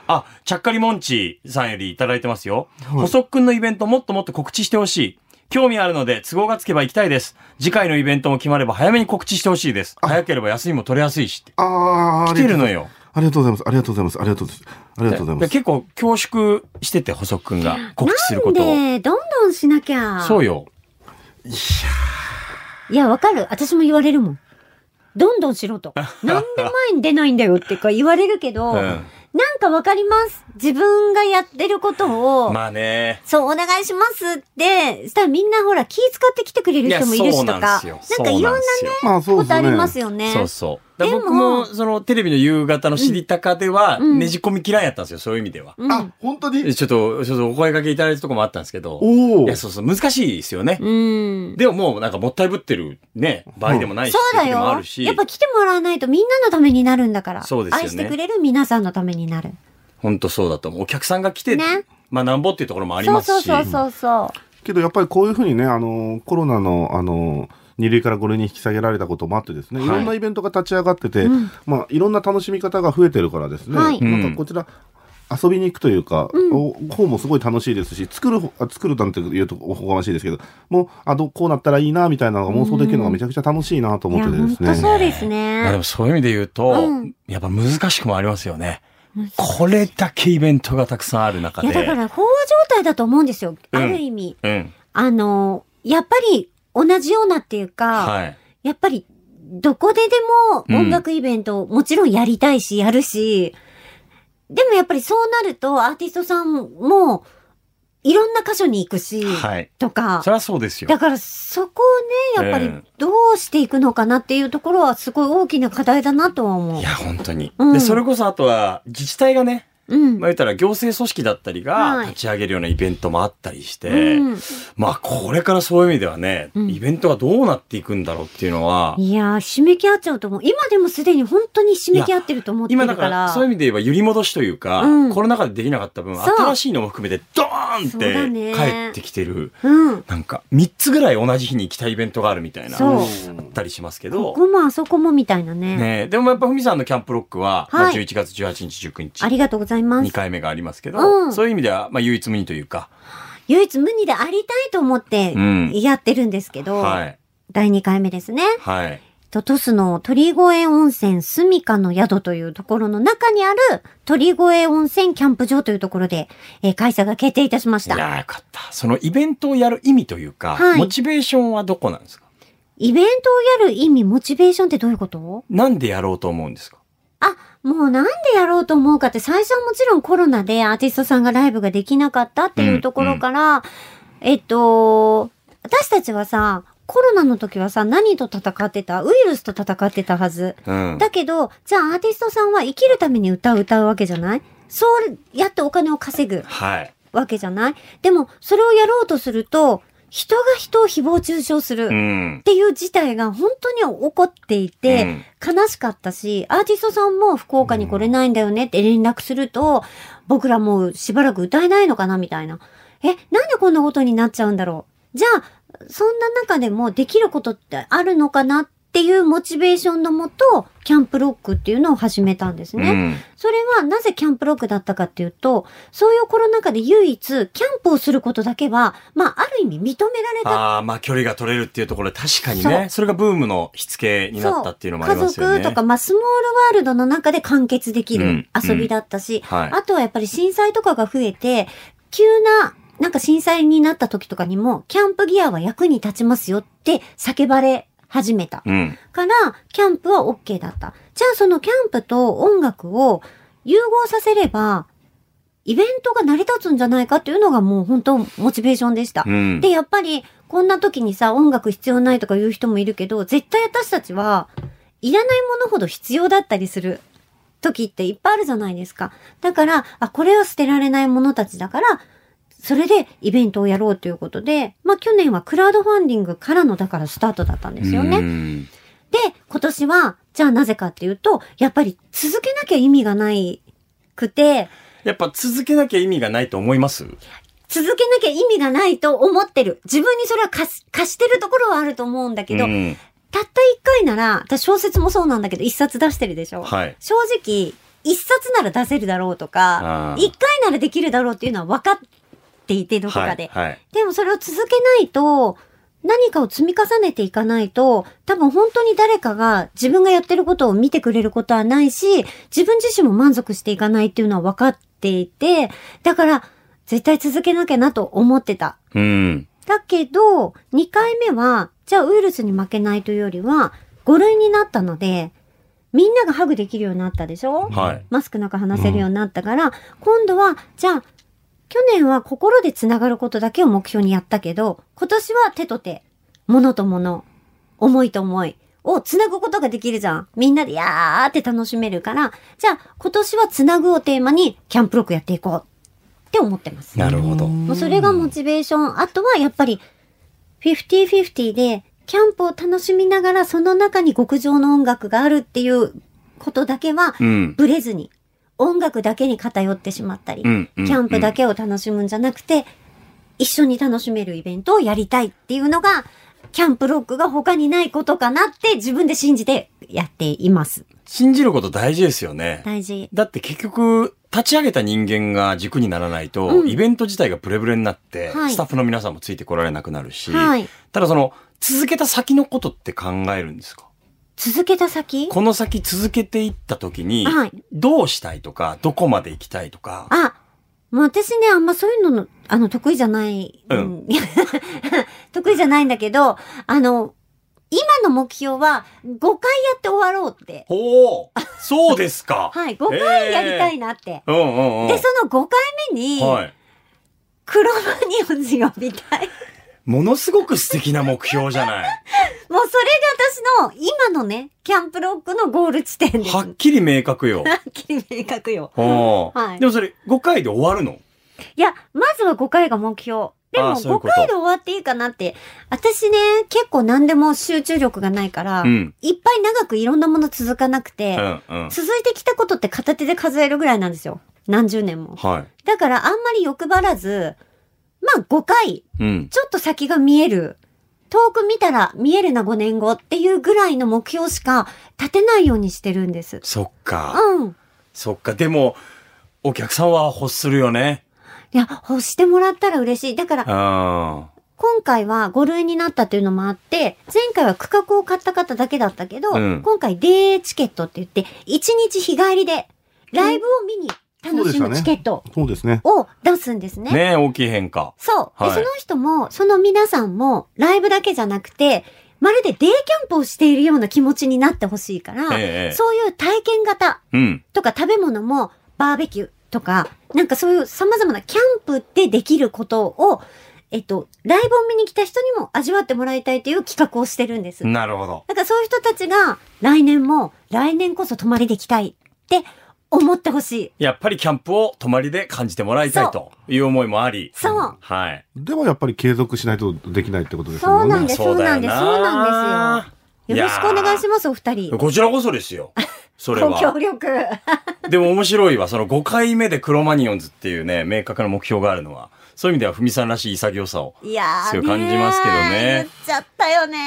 S2: あ、ちゃっかりもんちさんよりいただいてますよ。細くんのイベントもっともっと告知してほしい。興味あるので都合がつけば行きたいです。次回のイベントも決まれば早めに告知してほしいです。早ければ休みも取れやすいしって。
S4: ああ、あり
S2: 来て
S4: がと
S2: る
S4: う
S2: のよ。
S4: ありがとうございます。ありがとうございます。ありがとうございます。ありがとうございま。
S2: です結構恐縮してて、細くんが告知することを。
S3: で、どんどんしなきゃ。
S2: そうよ。
S3: いや、わかる。私も言われるもん。どんどん しろと。なんで前に出ないんだよってか言われるけど、
S2: うん
S3: なんかわかります。自分がやってることを、
S2: まあね。
S3: そう、お願いしますって、したらみんなほら気使って来てくれる人もいるしとか、なん
S2: よ
S3: かいろんな
S2: すよ
S4: まあ、そう
S3: こ
S4: です
S3: とあ
S4: ね。
S3: りますよね。
S2: そうそう。だ
S3: でも
S2: 僕も、その、テレビの夕方の知りたかでは、
S3: うん
S2: ねじ込み嫌いやったんですよ、そういう意味では。
S3: うん
S4: あ、本当に
S2: ちょっと、ちょっとお声掛けいただいたとこもあったんですけど、い
S4: おお。
S2: や、そうそう、難しいですよね。
S3: うん。
S2: でももうなんかもったいぶってるね、場合でもないし、
S3: そうだ
S2: 時もあ
S3: よ
S2: る。し
S3: やっ、ぱ来てもらわないとみんなのためになるんだから。
S2: そうですよね
S3: 愛してくれる皆さんのためになる。
S2: ほんとそうだと思う。お客さんが来て
S3: ね
S2: まあ、なんぼっていうところもあり
S3: そ
S2: ま
S3: う
S2: す
S3: そう
S2: し。
S3: そうそうそう。
S4: けどやっぱりこういうふうにね、あのコロナの、あの2類から5類に引き下げられたこともあってですね、
S2: はい
S4: い、ろんなイベントが立ち上がってて、
S3: うん
S4: まあ、いろんな楽しみ方が増えてるからですね、
S3: はい
S4: なんかこちら、遊びに行くというか、
S3: うん
S4: お方もすごい楽しいですし、作る方、あ作るなんて言うとおこがましいですけど、もう、あ、どうこうなったらいいな、みたいなのが妄想できるのがめちゃくちゃ楽しいなと
S3: い
S4: 思っ
S3: や、
S4: てて
S3: 本
S4: ですね。
S3: 当そうですね。
S2: まあでもそういう意味で言うと、
S3: うん
S2: やっぱ難しくもありますよね。これだけイベントがたくさんある中
S3: い
S2: で。
S3: や、だから、飽和状態だと思うんですよ。
S2: うん
S3: ある意味。
S2: うん。
S3: あの、やっぱり同じようなっていうか、
S2: はい。
S3: やっぱりどこでで
S2: うん
S3: も音楽イベントをもちろんやりたいし、やるし、でもやっぱりそうなるとアーティストさんもいろんな箇所に行くし、
S2: はい。
S3: とか
S2: そ、りゃそうですよ
S3: だ。からそこをね、やっぱ
S2: う
S3: り
S2: ん
S3: どうしていくのかなっていうところはすごい大きな課題だなとは思う
S2: いや、。本当に。
S3: うん
S2: で、それこそあとは自治体がね、
S3: うん。
S2: まあ言ったら行政組織だったりが
S3: はい
S2: 立ち上げるようなイベントもあったりして、
S3: うん
S2: まあこれからそういう意味ではね、
S3: うん
S2: イベントがどうなっていくんだろうっていうのは、
S3: いやー、締め切っちゃうと思う。今でもすでに本当に締め切ってると思ってる
S2: 今
S3: か
S2: だか
S3: ら。
S2: らそういう意味で言えば揺り戻しというか、
S3: うん
S2: コロナ禍でできなかった分、
S3: そう
S2: 新しいのも含めてドーンっ
S3: そうだ
S2: て
S3: ね
S2: 帰ってきてる。
S3: うん。
S2: なんか3つぐらい同じ日に行きたいイベントがあるみたいな
S3: そう
S2: あっ
S4: うん
S2: たりしますけ
S3: こ
S2: ど、
S3: こもあそこもみたいなね。
S2: ねえ、でもやっぱふみさんのキャンプロックは、まあ
S3: はい
S2: 11月18日19日
S3: ありがとうございま
S2: 2
S3: す。
S2: 回目がありますけど、
S3: うん
S2: そういう意味では、まあ、唯一無二というか、
S3: 唯一無二でありたいと思って
S2: うん
S3: やってるんですけど、
S2: はい
S3: 第2回目ですね。
S2: はい
S3: と、トスの鳥越温泉住処の宿というところの中にある鳥越温泉キャンプ場というところで、えー開催が決定いたしまし
S2: い
S3: た。
S2: やーよかったそのイベントをやる意味というか、
S3: はい
S2: モチベーションはどこなんですか
S3: イベントをやる意味、モチベーションってどういうこと
S2: なんでやろうと思うんですか
S3: あ、もうなんでやろうと思うかって、最初はもちろんコロナでアーティストさんがライブができなかったっていうところから、えっと、私たちはさ、コロナの時はさ、何と戦ってたウイルスと戦ってたはず。
S2: うん
S3: だけど、じゃあアーティストさんは生きるために歌を歌うわけじゃないそうやってお金を稼ぐ
S2: はい
S3: わけじゃないでも、それをやろうとすると、人が人を誹謗中傷する。
S2: うん
S3: っていう事態が本当に起こっていて、悲しかったし、アーティストさんも福岡に来れないんだよねって連絡すると、僕らもうしばらく歌えないのかなみたいな。え、なんでこんなことになっちゃうんだろう。じゃあ、そんな中でもできることってあるのかなっていうモチベーションのもと、キャンプロックっていうのを始めたんです
S2: う
S3: ね。
S2: ん
S3: それはなぜキャンプロックだったかっていうと、そういうコロナ禍で唯一、キャンプをすることだけは、まあ、ある意味認められた
S2: ああまあ距離が取れるっていうところで確かに
S3: そ
S2: ね
S3: う
S2: それがブームの火付けになったっていうのもあ
S3: 家
S2: りますよね
S3: 族とか、まあ、スモールワールドの中で完結できる遊びだったし、
S2: はい
S3: あとはやっぱり震災とかが増えて、急な、なんか震災になった時とかにも、キャンプギアは役に立ちますよって叫ばれ始めた。
S2: うん
S3: から、キャンプは OK だった。じゃあそのキャンプと音楽を融合させれば、イベントが成り立つんじゃないかっていうのがもう本当モチベーションでした。
S2: うん
S3: で、やっぱり、こんな時にさ、音楽必要ないとか言う人もいるけど、絶対私たちは、いらないものほど必要だったりする時っていっぱいあるじゃないですか。だから、あ、これは捨てられないものたちだから、それでイベントをやろうということで、まあ去年はクラウドファンディングからのだからスタートだったんですよね。
S2: うん
S3: で、今年は、じゃあなぜかっていうと、やっぱり続けなきゃ意味がないくて、
S2: やっぱ続けなきゃ意味がないと思います
S3: 続けなきゃ意味がないと思ってる。自分にそれは貸す貸してるところはあると思うんだけど、
S2: うん
S3: たった一回なら、私小説もそうなんだけど、一冊出してるでしょ。
S2: はい
S3: 正直、一冊なら出せるだろうと
S2: あ
S3: か、
S2: ー
S3: 一回ならできるだろうっていうのは分かっていて、どこかで。
S2: はいはい
S3: でもそれを続けないと、何かを積み重ねていかないと、多分本当に誰かが自分がやってることを見てくれることはないし、自分自身も満足していかないっていうのは分かっていて、だから、絶対続けなきゃなと思ってた。
S2: うん
S3: だけど、2回目は、じゃあウイルスに負けないというよりは、5類になったので、みんながハグできるようになったでしょ
S2: はい
S3: マスクなく話せるようになったから、今度は、じゃあ、去年は心でつながることだけを目標にやったけど、今年は手と手、物と物、思いと思いをつなぐことができるじゃん。みんなでやーって楽しめるから、じゃあ今年はつなぐをテーマにキャンプロックやっていこうって思ってます。
S2: なるほど
S3: もうそれがモチベーション。あとはやっぱり、50-50で、キャンプを楽しみながら、その中に極上の音楽があるっていうことだけは、
S2: うん
S3: ブレずに。音楽だけに偏ってしまったり、
S2: うんうん
S3: キャンプだけを楽しむんじゃなくて、一緒に楽しめるイベントをやりたいっていうのが、キャンプロックが他にないことかなって自分で信じてやっています。
S2: 信じること大事ですよね。
S3: 大事。
S2: だって結局、立ち上げた人間が軸にならないと、
S3: うん
S2: イベント自体がブレブレになって、
S3: はい
S2: スタッフの皆さんもついてこられなくなるし、
S3: はい。
S2: ただその、続けた先のことって考えるんですか
S3: 続けた先
S2: この先続けていった時に、
S3: はい
S2: どうしたいとか、どこまで行きたいとか、
S3: あ、もう私ね、あんまそういうのの、あの、得意じゃない。
S2: うん
S3: うん 得意じゃないんだけど、あの、今の目標は5回やって終わろうって。
S2: ほうそうですか
S3: はい、5回やりたいなって。
S2: うんうんうん。
S3: で、その5回目に、
S2: はい。
S3: 黒マニオンズ呼びたい。
S2: ものすごく素敵な目標じゃない。
S3: もうそれが私の今のね、キャンプロックのゴール地点です。
S2: はっきり明確よ。
S3: はっきり明確よ。
S2: ほう
S3: はい
S2: でもそれ5回で終わるの
S3: いや、まずは5回が目標。で
S2: あ
S3: も
S2: ーそういう
S3: 5
S2: こと
S3: 回で終わっていいかなって。私ね、結構何でも集中力がないから、
S2: うん
S3: いっぱい長くいろんなもの続かなく
S2: う
S3: て、
S2: んうん。
S3: 続いてきたことって片手で数えるぐらいなんですよ。何十年も。
S2: は
S3: だからあんまり欲張らず、まあ5回、
S2: い。うん。
S3: ちょっと先が見える。遠く見たら見えるな5年後っていうぐらいの目標しか立てないようにしてるんです。
S2: そっか。
S3: うん。
S2: そっか。でも、お客さんは欲するよね。
S3: いや、欲してもらったら嬉しい。だから
S2: うん。は
S3: 今回は5類になったというのもあって、前回は区画を買った方だけだったけど、
S2: うん
S3: 今回デーチケットって言って、1日日帰りでライブを見に楽しむチケット
S4: そうですね。
S3: を出すんですね。
S2: ねえ大きい変化。
S3: そう。で、
S2: はい
S3: その人も、その皆さんも、ライブだけじゃなくて、まるでデイキャンプをしているような気持ちになってほしいから、
S2: ええ
S3: そういう体験型
S2: うん。
S3: とか食べ物もバーベキューとか、なんかそういう様々なキャンプでできることを、えっと、ライブを見に来た人にも味わってもらいたいという企画をしてるんです。
S2: なるほど。
S3: なんかそういう人たちが来年も来年こそ泊まりできたいって思ってほしい。
S2: やっぱりキャンプを泊まりで感じてもらいたいという思いもあり。
S3: そう
S2: はい。
S4: ではやっぱり継続しないとできないってことです
S3: そ
S4: も
S3: うん
S4: ね。
S3: なんです、そうなんです、そうなんですよ。よろしくお願いし
S2: ま
S3: ます、お二人。
S2: こちらこそです よ。それ
S3: ご協
S2: は。
S3: 力。
S2: でも面白いわ。その5回目でクロマニオンズっていうね、明確な目標があるのは、そういう意味ではふみさんらしい潔さを。
S3: いやー、
S2: そう感じますけどね
S3: 言っちゃったよね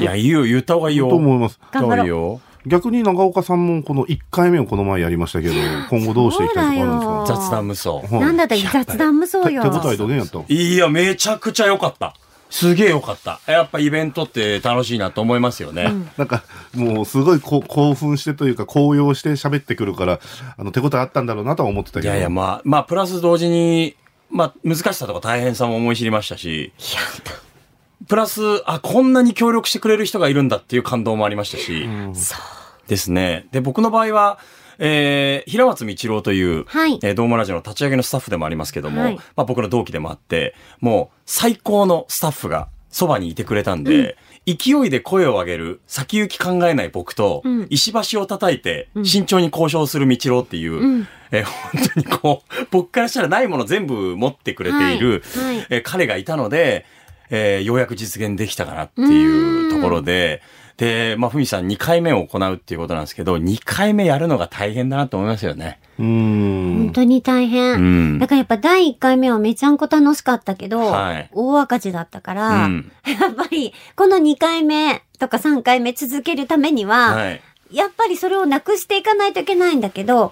S2: いや、いいよ、言った方がいいよ。
S4: と思います。
S3: 頑張ろう
S2: いいよ。
S4: 逆に長岡さんもこの1回目をこの前やりましたけど、今後どうしていきたいとかあるんですか
S3: そうだよ
S2: 雑談無双。
S4: はい
S3: なんだったら雑談無双よ。
S4: 手手応えどげんやった
S2: いや、めちゃくちゃ良かった。すげえ良かった。やっぱイベントって楽しいなと思いますよね。
S4: なんか、もうすごいこう興奮してというか、高揚して喋ってくるから、あの、手応えあったんだろうなとは思ってたけ
S2: い
S4: ど。
S2: やいや、まあ、まあ、プラス同時に、まあ、難しさとか大変さも思い知りましたし、プラス、あ、こんなに協力してくれる人がいるんだっていう感動もありましたし、ですね。で、僕の場合は、えー、平松道郎という、
S3: はい
S2: えー、ドームラジオの立ち上げのスタッフでもありますけども、
S3: はい
S2: まあ僕の同期でもあって、もう最高のスタッフがそばにいてくれたんで、勢いで声を上げる、先行き考えない僕と、
S3: うん
S2: 石橋を叩いて、慎重に交渉する道郎っていう、
S3: うん
S2: えー本当にこう、僕からしたらないもの全部持ってくれている、
S3: はいはい
S2: えー彼がいたので、えーようやく実現できたかなっていうところで、で、まあ、ふみさん2回目を行うっていうことなんですけど、2回目やるのが大変だなと思いますよね。
S4: うーん
S3: 本。当に大
S2: う
S3: 変。
S2: ん
S3: だ。からやっぱ第1回目はめちゃんこ楽しかったけど、
S2: はい
S3: 大赤字だったか
S2: う
S3: ら、
S2: ん。
S3: やっぱりこの2回目とか3回目続けるためには、
S2: はい。
S3: やっぱりそれをなくしていかないといけないんだけど、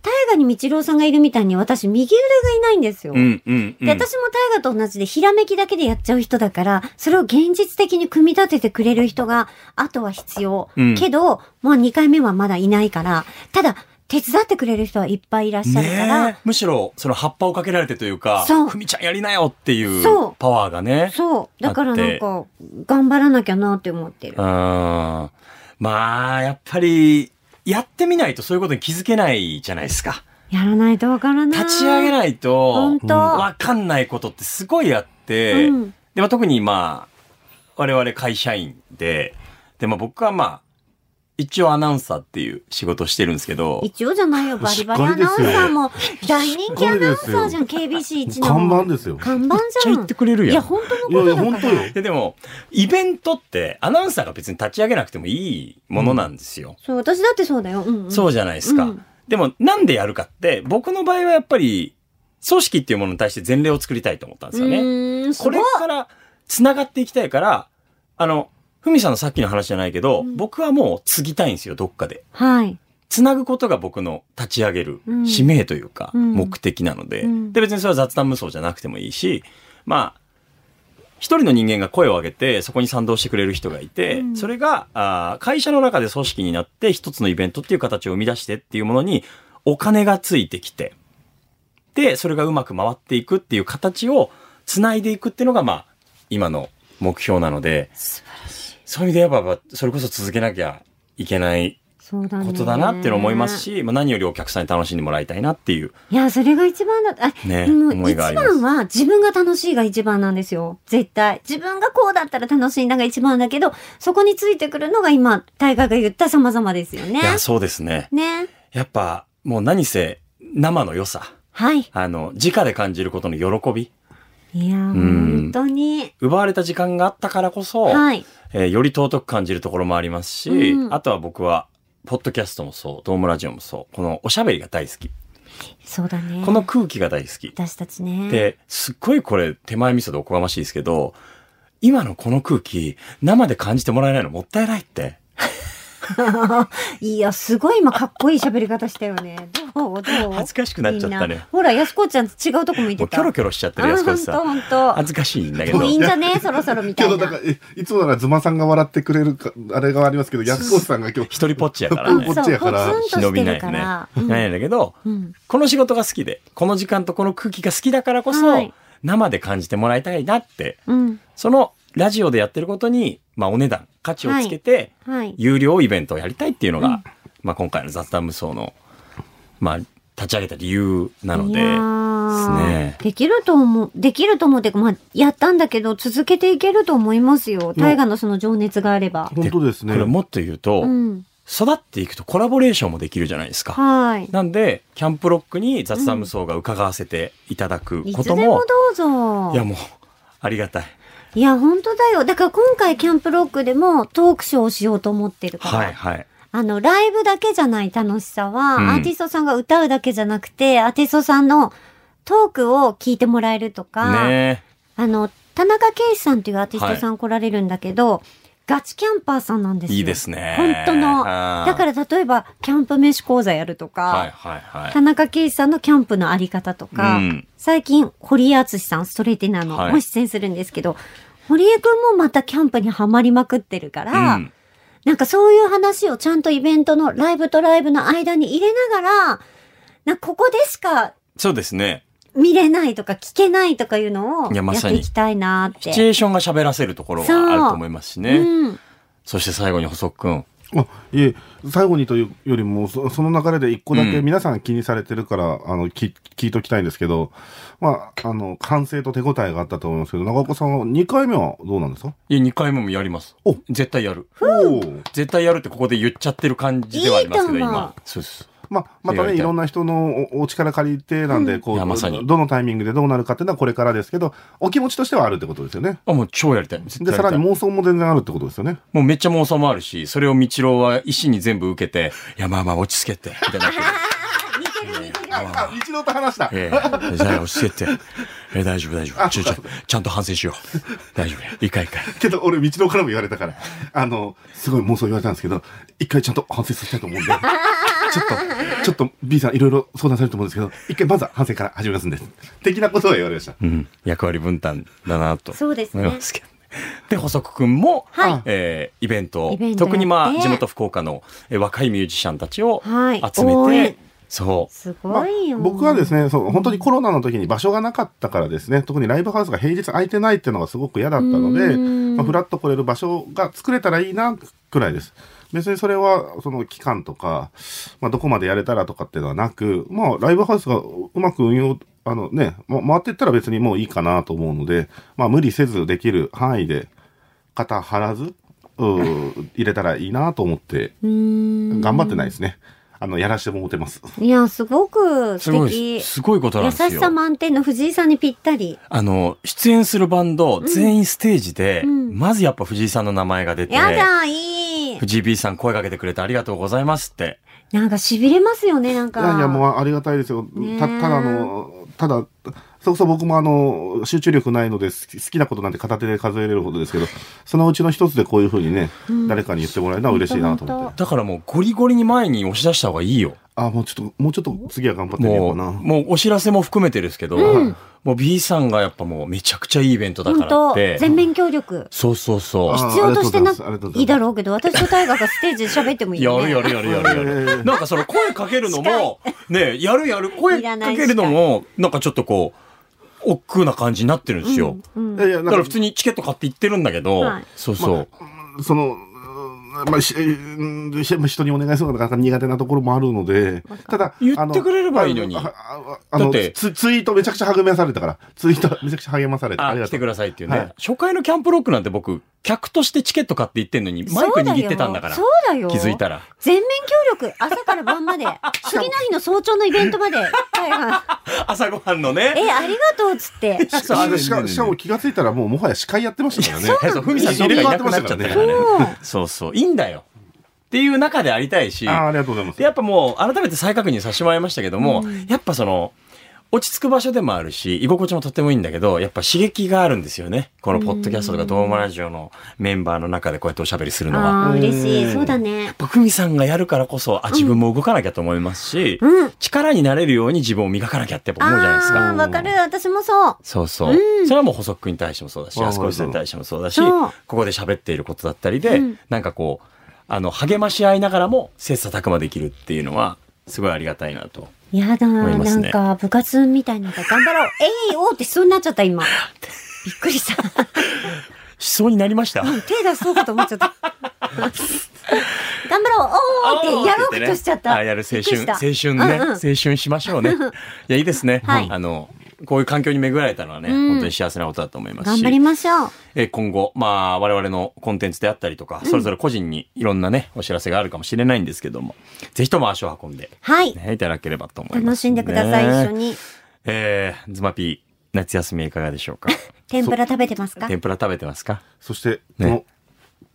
S3: 大河に道郎さんがいるみたいに私右腕がいないんですよ。
S2: うん、うん、うん。
S3: で、私も大河と同じで、ひらめきだけでやっちゃう人だから、それを現実的に組み立ててくれる人が、あとは必要。
S2: うん
S3: けど、もう2回目はまだいないから、ただ、手伝ってくれる人はいっぱいいらっしゃるから、
S2: ねえむしろ、その葉っぱをかけられてというか
S3: そう、
S2: ふみちゃんやりなよっていう
S3: そう
S2: パワーがね。
S3: そう。だからなん
S2: あ
S3: か、頑張らなきゃなって思ってる
S2: う。ん。まあ、やっぱり、やってみないとそういうことに気づけないじゃないですか。
S3: やらないとわからない。
S2: 立ち上げない
S3: ほ
S2: と
S3: ん、と
S2: わかんないことってすごいあって、
S3: うん
S2: で、まあ、特にまあ、我々会社員で、で、まあ僕はまあ、一応アナウンサーっていう仕事をしてるんですけど、
S3: 一応じゃないよ。バリバリアナウンサーも、大人気アナウンサーじゃん、KBC1 の。
S4: 看板ですよ。
S3: 看板じ
S2: めっちゃ
S3: ゃ
S2: 言
S3: ん
S2: って。くれる
S3: い
S2: やん。
S3: や、本当
S4: い
S3: の
S4: やい
S3: ことだ
S4: や、
S3: から。
S4: 本当よ。
S2: ででも、イベントってアナウンサーが別に立ち上げなくてもいいものなんですよ。
S3: そう、私だってそうだよ。うん、うん。
S2: そうじゃないですか。
S3: うん
S2: でも、なんでやるかって、僕の場合はやっぱり、組織っていうものに対して前例を作りたいと思ったんですよ
S3: う
S2: ね。
S3: ーん、す
S2: こ
S3: ご
S2: れ
S3: い。
S2: から繋がっていきたいから、あの、ふみさんのさっきの話じゃないけど、僕はもう継ぎたいんですよ、どっかで。
S3: はい。
S2: つなぐことが僕の立ち上げる
S3: うん
S2: 使命というか、
S3: うん
S2: 目的なので、
S3: うん
S2: で別にそれは雑談無双じゃなくてもいいし、まあ、一人の人間が声を上げて、そこに賛同してくれる人がいて、
S3: うん
S2: それがあー会社の中で組織になって、一つのイベントっていう形を生み出してっていうものに、お金がついてきて、で、それがうまく回っていくっていう形を繋いでいくっていうのが、まあ、今の目標なので、
S3: 素晴らしい。
S2: そういう意味で言えば、やっぱそれこそ続けなきゃいけない
S3: そうだね。
S2: ことだなっていうのを思います。し、まあ、何よりお客さんに楽しんでもらいたいなっていう。
S3: いや、それが一番だ。あ、
S2: ね
S3: でも
S2: 思い
S3: 一
S2: があります
S3: 番は自分が楽しいが一番なんですよ。絶対。自分がこうだったら楽しいのが一番だけど、そこについてくるのが今、大河が言った様々ですよね
S2: い。や、そうですね。
S3: ね。
S2: やっぱ、もう何せ、生の良さ。
S3: はい。
S2: あの、直で感じることの喜び。
S3: いやー、
S2: ん
S3: 本当に。
S2: 奪われた時間があったからこそ、
S3: はい。
S2: えーより尊く感じるところもありますし、
S3: うん
S2: あとは僕は、ポッドキャストもそう、ドームラジオもそう、このおしゃべりが大好き。
S3: そうだね。
S2: この空気が大好き。
S3: 私たちね。
S2: で、すっごいこれ、手前味噌でおこがましいですけど、今のこの空気、生で感じてもらえないのもったいないって。
S3: いや、すごい今かっこいい喋り方したよね。どうどう
S2: 恥ずかしくなっちゃったね
S3: みんなほら、安子ちゃんと違うとこ向い
S2: も
S3: て
S2: うキ
S3: た。
S2: ョロキョロしちゃってるやつこそ
S3: あ
S2: さ。
S3: 本当本
S2: 恥ずかしいんだけ
S3: 当。
S2: ど
S3: もう。いいんじゃねそろそろみた
S4: けど
S3: い
S4: だ
S3: な
S4: から。えいつもならズマさんが笑ってくれるかあれがありますけど安子さんが今日
S2: 一人ぽっちやからね
S4: こ。っちやから
S3: そうポツンと
S2: 忍
S3: し
S2: び
S3: て
S2: な
S3: る
S2: い
S3: か
S2: よね。な
S3: ら。
S2: いんだけど、
S3: うんうん
S2: この仕事が好きで、この時間とこの空気が好きだからこそ、
S3: はい
S2: 生で感じてもらいたいなって、
S3: うん。
S2: そのラジオでやってることに、まあお値段、価値をつけて、
S3: はい。
S2: 有料イベントをやりたいっていうのが、まあ今回の雑談無双の、まあ立ち上げた理由なので
S3: いや、ー
S2: ですね
S3: できると思う、できると思うっていうか、まあ、やったんだけど、続けていけると思いますよ。大河のその情熱があれば。
S4: 本当ですね
S2: これもっと言うと、
S3: うん。
S2: 育っていくとコラボレーションもできるじゃないですか。
S3: はい。
S2: なんで、キャンプロックに雑談無双が伺わせていただく
S3: い
S2: こ
S3: つ
S2: と
S3: で
S2: も
S3: も、どうぞ。
S2: いやもう、ありがたい。
S3: いや、本当だよ。だから今回、キャンプロックでもトークショーをしようと思ってるから。
S2: はいはい。
S3: あの、ライブだけじゃない楽しさは、
S2: うん
S3: アーティストさんが歌うだけじゃなくて、アーティストさんのトークを聞いてもらえるとか、
S2: ね
S3: あの、田中圭司さんというアーティストさん来られるんだけど、ガチキャンパーさんなんです
S2: え。
S3: よ。
S2: いいですね。
S3: 本当の。
S2: あー
S3: だから例えば、キャンプ飯講座やるとか、
S2: はいはいはい。
S3: 田中圭司さんのキャンプのあり方とか、
S2: うん
S3: 最近、堀江敦さん、ストレーティナーの、
S2: はい
S3: も出演するんですけど、堀江くんもまたキャンプにはまりまくってるから、
S2: うん
S3: なんかそういう話をちゃんとイベントのライブとライブの間に入れながら、なんかここでしか
S2: そうですね。
S3: 見れないとか聞けないとかいうのを
S2: いや
S3: や
S2: ま
S3: っ
S2: さ
S3: て
S2: に
S3: いきたいなって。
S2: シチュエーションが喋らせるところが
S3: そう
S2: あると思いますしね。
S3: うん。
S2: そして最後に細くん。
S4: あいえ最後にというよりもそその流れで一個だけ
S2: うん
S4: 皆さん気にされてるから、あのき聞いときたいんですけど、まあ、あの完成と手応えがあったと思いますけど長岡さんは2回目はどうなんですか
S2: いや、2回目もやります。
S4: お
S2: 絶対やる。
S4: おー
S2: 絶対やるってここで言っちゃってる感じではありますけど、
S3: いいと思う
S2: 今。そうです。
S4: まあ、また
S2: や
S4: ね
S2: りた
S4: い
S2: い
S4: ろんな人のおお力借りてなんで、こ
S2: いうやまさに
S4: どのタイミングでどうなるかっていうのはこれからですけどお気持ちとしてはあるってことですよね
S2: あ、もう超やりたい。絶対
S4: で
S2: や
S4: さ
S2: りた
S4: ら
S2: い
S4: に妄想も全然あるってことですよね
S2: もうめっちゃ妄想もあるし、それを道郎は石に全部受けて、いや、まあまあ落ち着けって、みたいになっ てる。
S3: 似てる似てる。
S4: あ一度と話した
S2: ええ、じゃあ落ち着けって。ええ、大丈夫大丈夫。ちょちょ、ちゃんと反省しよう。大丈夫や。一回一回。
S4: けど俺道のからも言われたからあのすごい妄想言われたんですけど一回ちゃんと反省させたいと 思うんでちょっとちょっと B さんいろいろ相談されると思うんですけど一回まずは反省から始めますんで的なことは言われました
S2: うん。役割分担だなと。
S3: そうですね
S2: 思いますけどね。で、細くくんも、
S3: はい
S2: えーイベントを
S3: イベントやって
S2: 特にまあ、地元福岡のえー若いミュージシャンたちを
S3: はい
S2: 集
S3: 応
S2: め
S3: 援
S2: て、そう。
S3: すごいよ、
S4: まあ僕はです
S3: ね。
S4: ねそう本当にコロナの時に場所がなかったからですね特にライブハウスが平日空いてないっていうのがすごく嫌だったの
S3: う
S4: で、
S3: ん
S4: まあ、フラッと来れる場所が作れたらいいなくらいです別にそれはその期間とか、まあ、どこまでやれたらとかっていうのはなく、まあ、ライブハウスがうまく運用あのね、ま、回っていったら別にもういいかなと思うので、まあ、無理せずできる範囲で肩張らずうー入れたらいいなと思って
S3: うーん。
S4: 頑張ってないですねあのやらしてもうてます
S3: いや、すごく
S2: す
S3: 素
S2: ご
S3: 敵。
S2: い、すごいことなん
S3: 優
S2: ですよ。
S3: しさ満点の藤井さんにぴったり。
S2: あの、出演するバンド、全員ステージで、
S3: うん
S2: まずやっぱ藤井さんの名前が出て、
S3: やだ、いい。
S2: 藤井 B さん声かけてくれてありがとうございますって。
S3: なんか痺れますよね、なんか。
S4: いやいや、もうありがたいですよ。
S3: ね
S4: た
S3: え
S4: ただ、あの、ただ、それこそ僕もあの、集中力ないので、好き好きなことなんて片手で数えれるほどですけど、そのうちの一つでこういうふうにね、誰かに言ってもらえるのは嬉しいなと
S3: ほんと
S4: 思
S3: ほん
S4: って。
S2: だからもうゴリゴリに前に押し出した方がいいよ。
S4: あ、もうちょっと、もうちょっと次は頑張ってみよう
S2: もう、
S4: かな。
S2: もうお知らせも含めてですけど、
S3: うん
S2: もう B さんがやっぱもうめちゃくちゃいいイベントだから
S3: 本
S2: っ
S3: 当
S2: て。
S3: 全面協力。
S2: そうそうそ
S4: あ
S2: う。
S3: 必要としてな
S4: ありがとうございますありがとうございます
S3: いいだろうけど、私と大河がステージで喋ってもいい
S2: や
S3: よ、ね。
S2: るやるやるやるやる。なんかその声かけるのも、ね、やるやる、声
S3: いら
S2: か
S3: ない
S2: けるのも、なんかちょっとこう、億劫な感じになってるんですよ。
S3: うん
S4: いやいや、
S2: だ
S4: な
S2: か
S4: ん
S2: ら
S4: か
S2: 普、通にチケット買って行ってるんだけど、
S3: はい
S2: そうそう。
S4: その、うんまあ、しうんし人にお願いするのがなかなか苦手なところもあるので、ただ、
S2: 言って
S4: あの
S2: くれればいいのに
S4: あああの
S2: だって
S4: ツ、ツイートめちゃくちゃ励まされたから、ツイートめちゃくちゃ励まされて、
S2: あ、
S4: ありがと
S2: 来て
S4: う
S2: く。ださいっていうね、
S4: はい
S2: 初回のキャンプロックなんて僕、客としてチケット買って行ってんのに、マイク握ってたんだから。
S3: そうだよ。
S2: 気づいた
S3: ら。
S2: ら。
S3: 全面協力、朝から晩まで。次の日の早朝のイベントまで。大河
S2: 朝ごはんのね。
S3: え、ありがとうっつって。
S4: しかもしかしかも気がついたらもうもはや司会やってましたからね。
S2: そう、ふみさん
S4: 入れ
S2: 入れ
S4: 替
S2: 替
S4: わ
S2: わ
S4: っ
S2: っ
S4: まし
S2: ててましたた
S4: か
S2: からら
S4: ね
S2: ね。
S3: そ
S2: そう
S3: う
S2: そう、いいんだよ。っていう中でありたいし、
S4: あー
S2: や
S4: ありがとうございます。
S2: っぱもう改めて再確認させてもらいましたけども、やっぱその、落ち着く場所でもあるし、居心地もとってもいいんだけど、やっぱ刺激があるんですよね。このポッドキャストとかドームラジオのメンバーの中でこうやっておしゃべりするのは。やっ
S3: ああ、嬉しい。そうだね。
S2: ぱふみさんがやるからこそ、あ、自分も動かなきゃと思いますし、
S3: うん。
S2: 力になれるように自分を磨かなきゃってやっぱ思うじゃないです
S3: あー
S2: か。
S3: わかる。私もそう。
S2: そうそう。それはもう補足に対してもそうだし、
S4: あー
S2: あそこさんに対してもそうだし、
S3: そう
S2: ここで喋っていることだったりで、
S3: うん
S2: なんかこう、あの、励まし合いながらも切磋琢磨できるっていうのは、すごいありがたいなと。
S3: やだ
S2: 思
S3: ー、
S2: いま
S3: な
S2: す
S3: ん
S2: ね
S3: か部活みたいなんか頑張ろう。えいおーってしそうになっちゃっ た今。びっくりした。
S2: しそうになりました。
S3: 手出そうかと思っちゃ った。頑張ろうおーってやろうとしちゃった。
S2: あ、やる青
S3: びっくり
S2: 春、
S3: した
S2: 青春ね、
S3: うんうん
S2: 青春しましょうね。いや、いいですね。
S3: はい
S2: あの、こういう環境に巡られたのはね、
S3: うん
S2: 本当に幸せなことだと思います
S3: 頑
S2: し。
S3: 張りましょう。
S2: えー今後、まあ、我々のコンテンツであったりとか、それぞれ個人にいろんなね、お知らせがあるかもしれないんですけども、ぜひとも足を運んで、
S3: はい。
S2: ね、いただければと思います、
S3: 楽しんでください、一緒。に。
S2: えー、ズマピー、夏休みいかがでしょう か
S3: 天ぷら食べてますか
S2: 天ぷら食べてますか
S4: そして、こ
S2: ね
S4: の、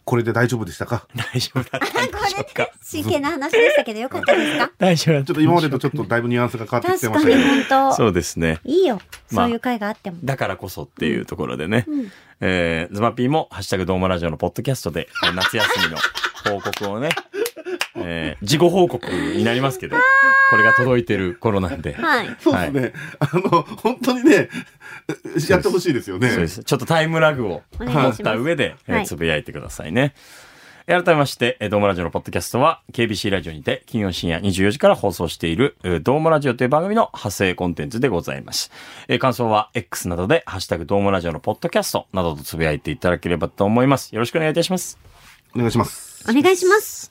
S4: これで大丈夫でしたか
S2: 大丈夫だったんでしょうか
S3: 真剣な話でしたけどよかったですか
S2: 大丈夫だっ
S4: ちょ
S2: た
S4: っと今までとちょっとだいぶニュアンスが変わってきて
S3: 確
S4: ま
S3: か
S4: した
S3: に
S4: けど。
S3: 本当。
S2: そうですね。
S3: いいよ。
S2: ま
S3: そ
S2: あ
S3: ういう会があっても。
S2: だからこそっていうところでね、えーズマピーも、ハッシュタグドームラジオのポッドキャスト で、えー夏休みの報告をね、えー、事後報告になりますけど、これが届いてる頃なんで、
S3: はい。
S4: そうですね。あの、本当にね、やってほしいですよね。
S2: そうです。ちょっとタイムラグを
S3: お願いし
S2: 持
S3: ま
S2: っ
S3: す
S2: た上で、え
S3: は
S2: ー
S3: い
S2: つぶやいてくださいね。改めまして、えードームラジオのポッドキャストは、KBC ラジオにて、金曜深夜24時から放送している、えードームラジオという番組の派生コンテンツでございます。えー感想は、X などで、ハッシュタグドームラジオのポッドキャストなどとつぶやいていただければと思います。よろしくお願いいたします。
S4: お願いします。
S3: お願いします。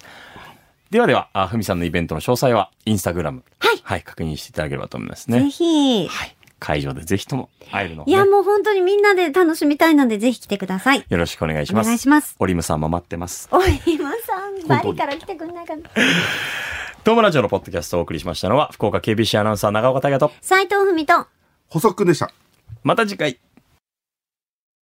S2: ではでは、あふみさんのイベントの詳細は、インスタグラム。
S3: はい
S2: 確認していただければと思います
S3: ぜ
S2: ね。
S3: ひ。
S2: はい。会場でぜひとも会えるのを
S3: い
S2: ね、
S3: や、もう本当にみんなで楽しみたいので、ぜひ来てください。
S2: よろしくお願いします。
S3: お願いします
S2: オリムさんも待ってます。
S3: お今さん、バ
S4: 当に
S3: リから来てくんないかな。
S2: トムラジオのポッドキャストをお送りしましたのは、福岡 KBC アナウンサー長岡大和と、
S3: 斉藤文と、
S4: 補足でした。
S2: また次回。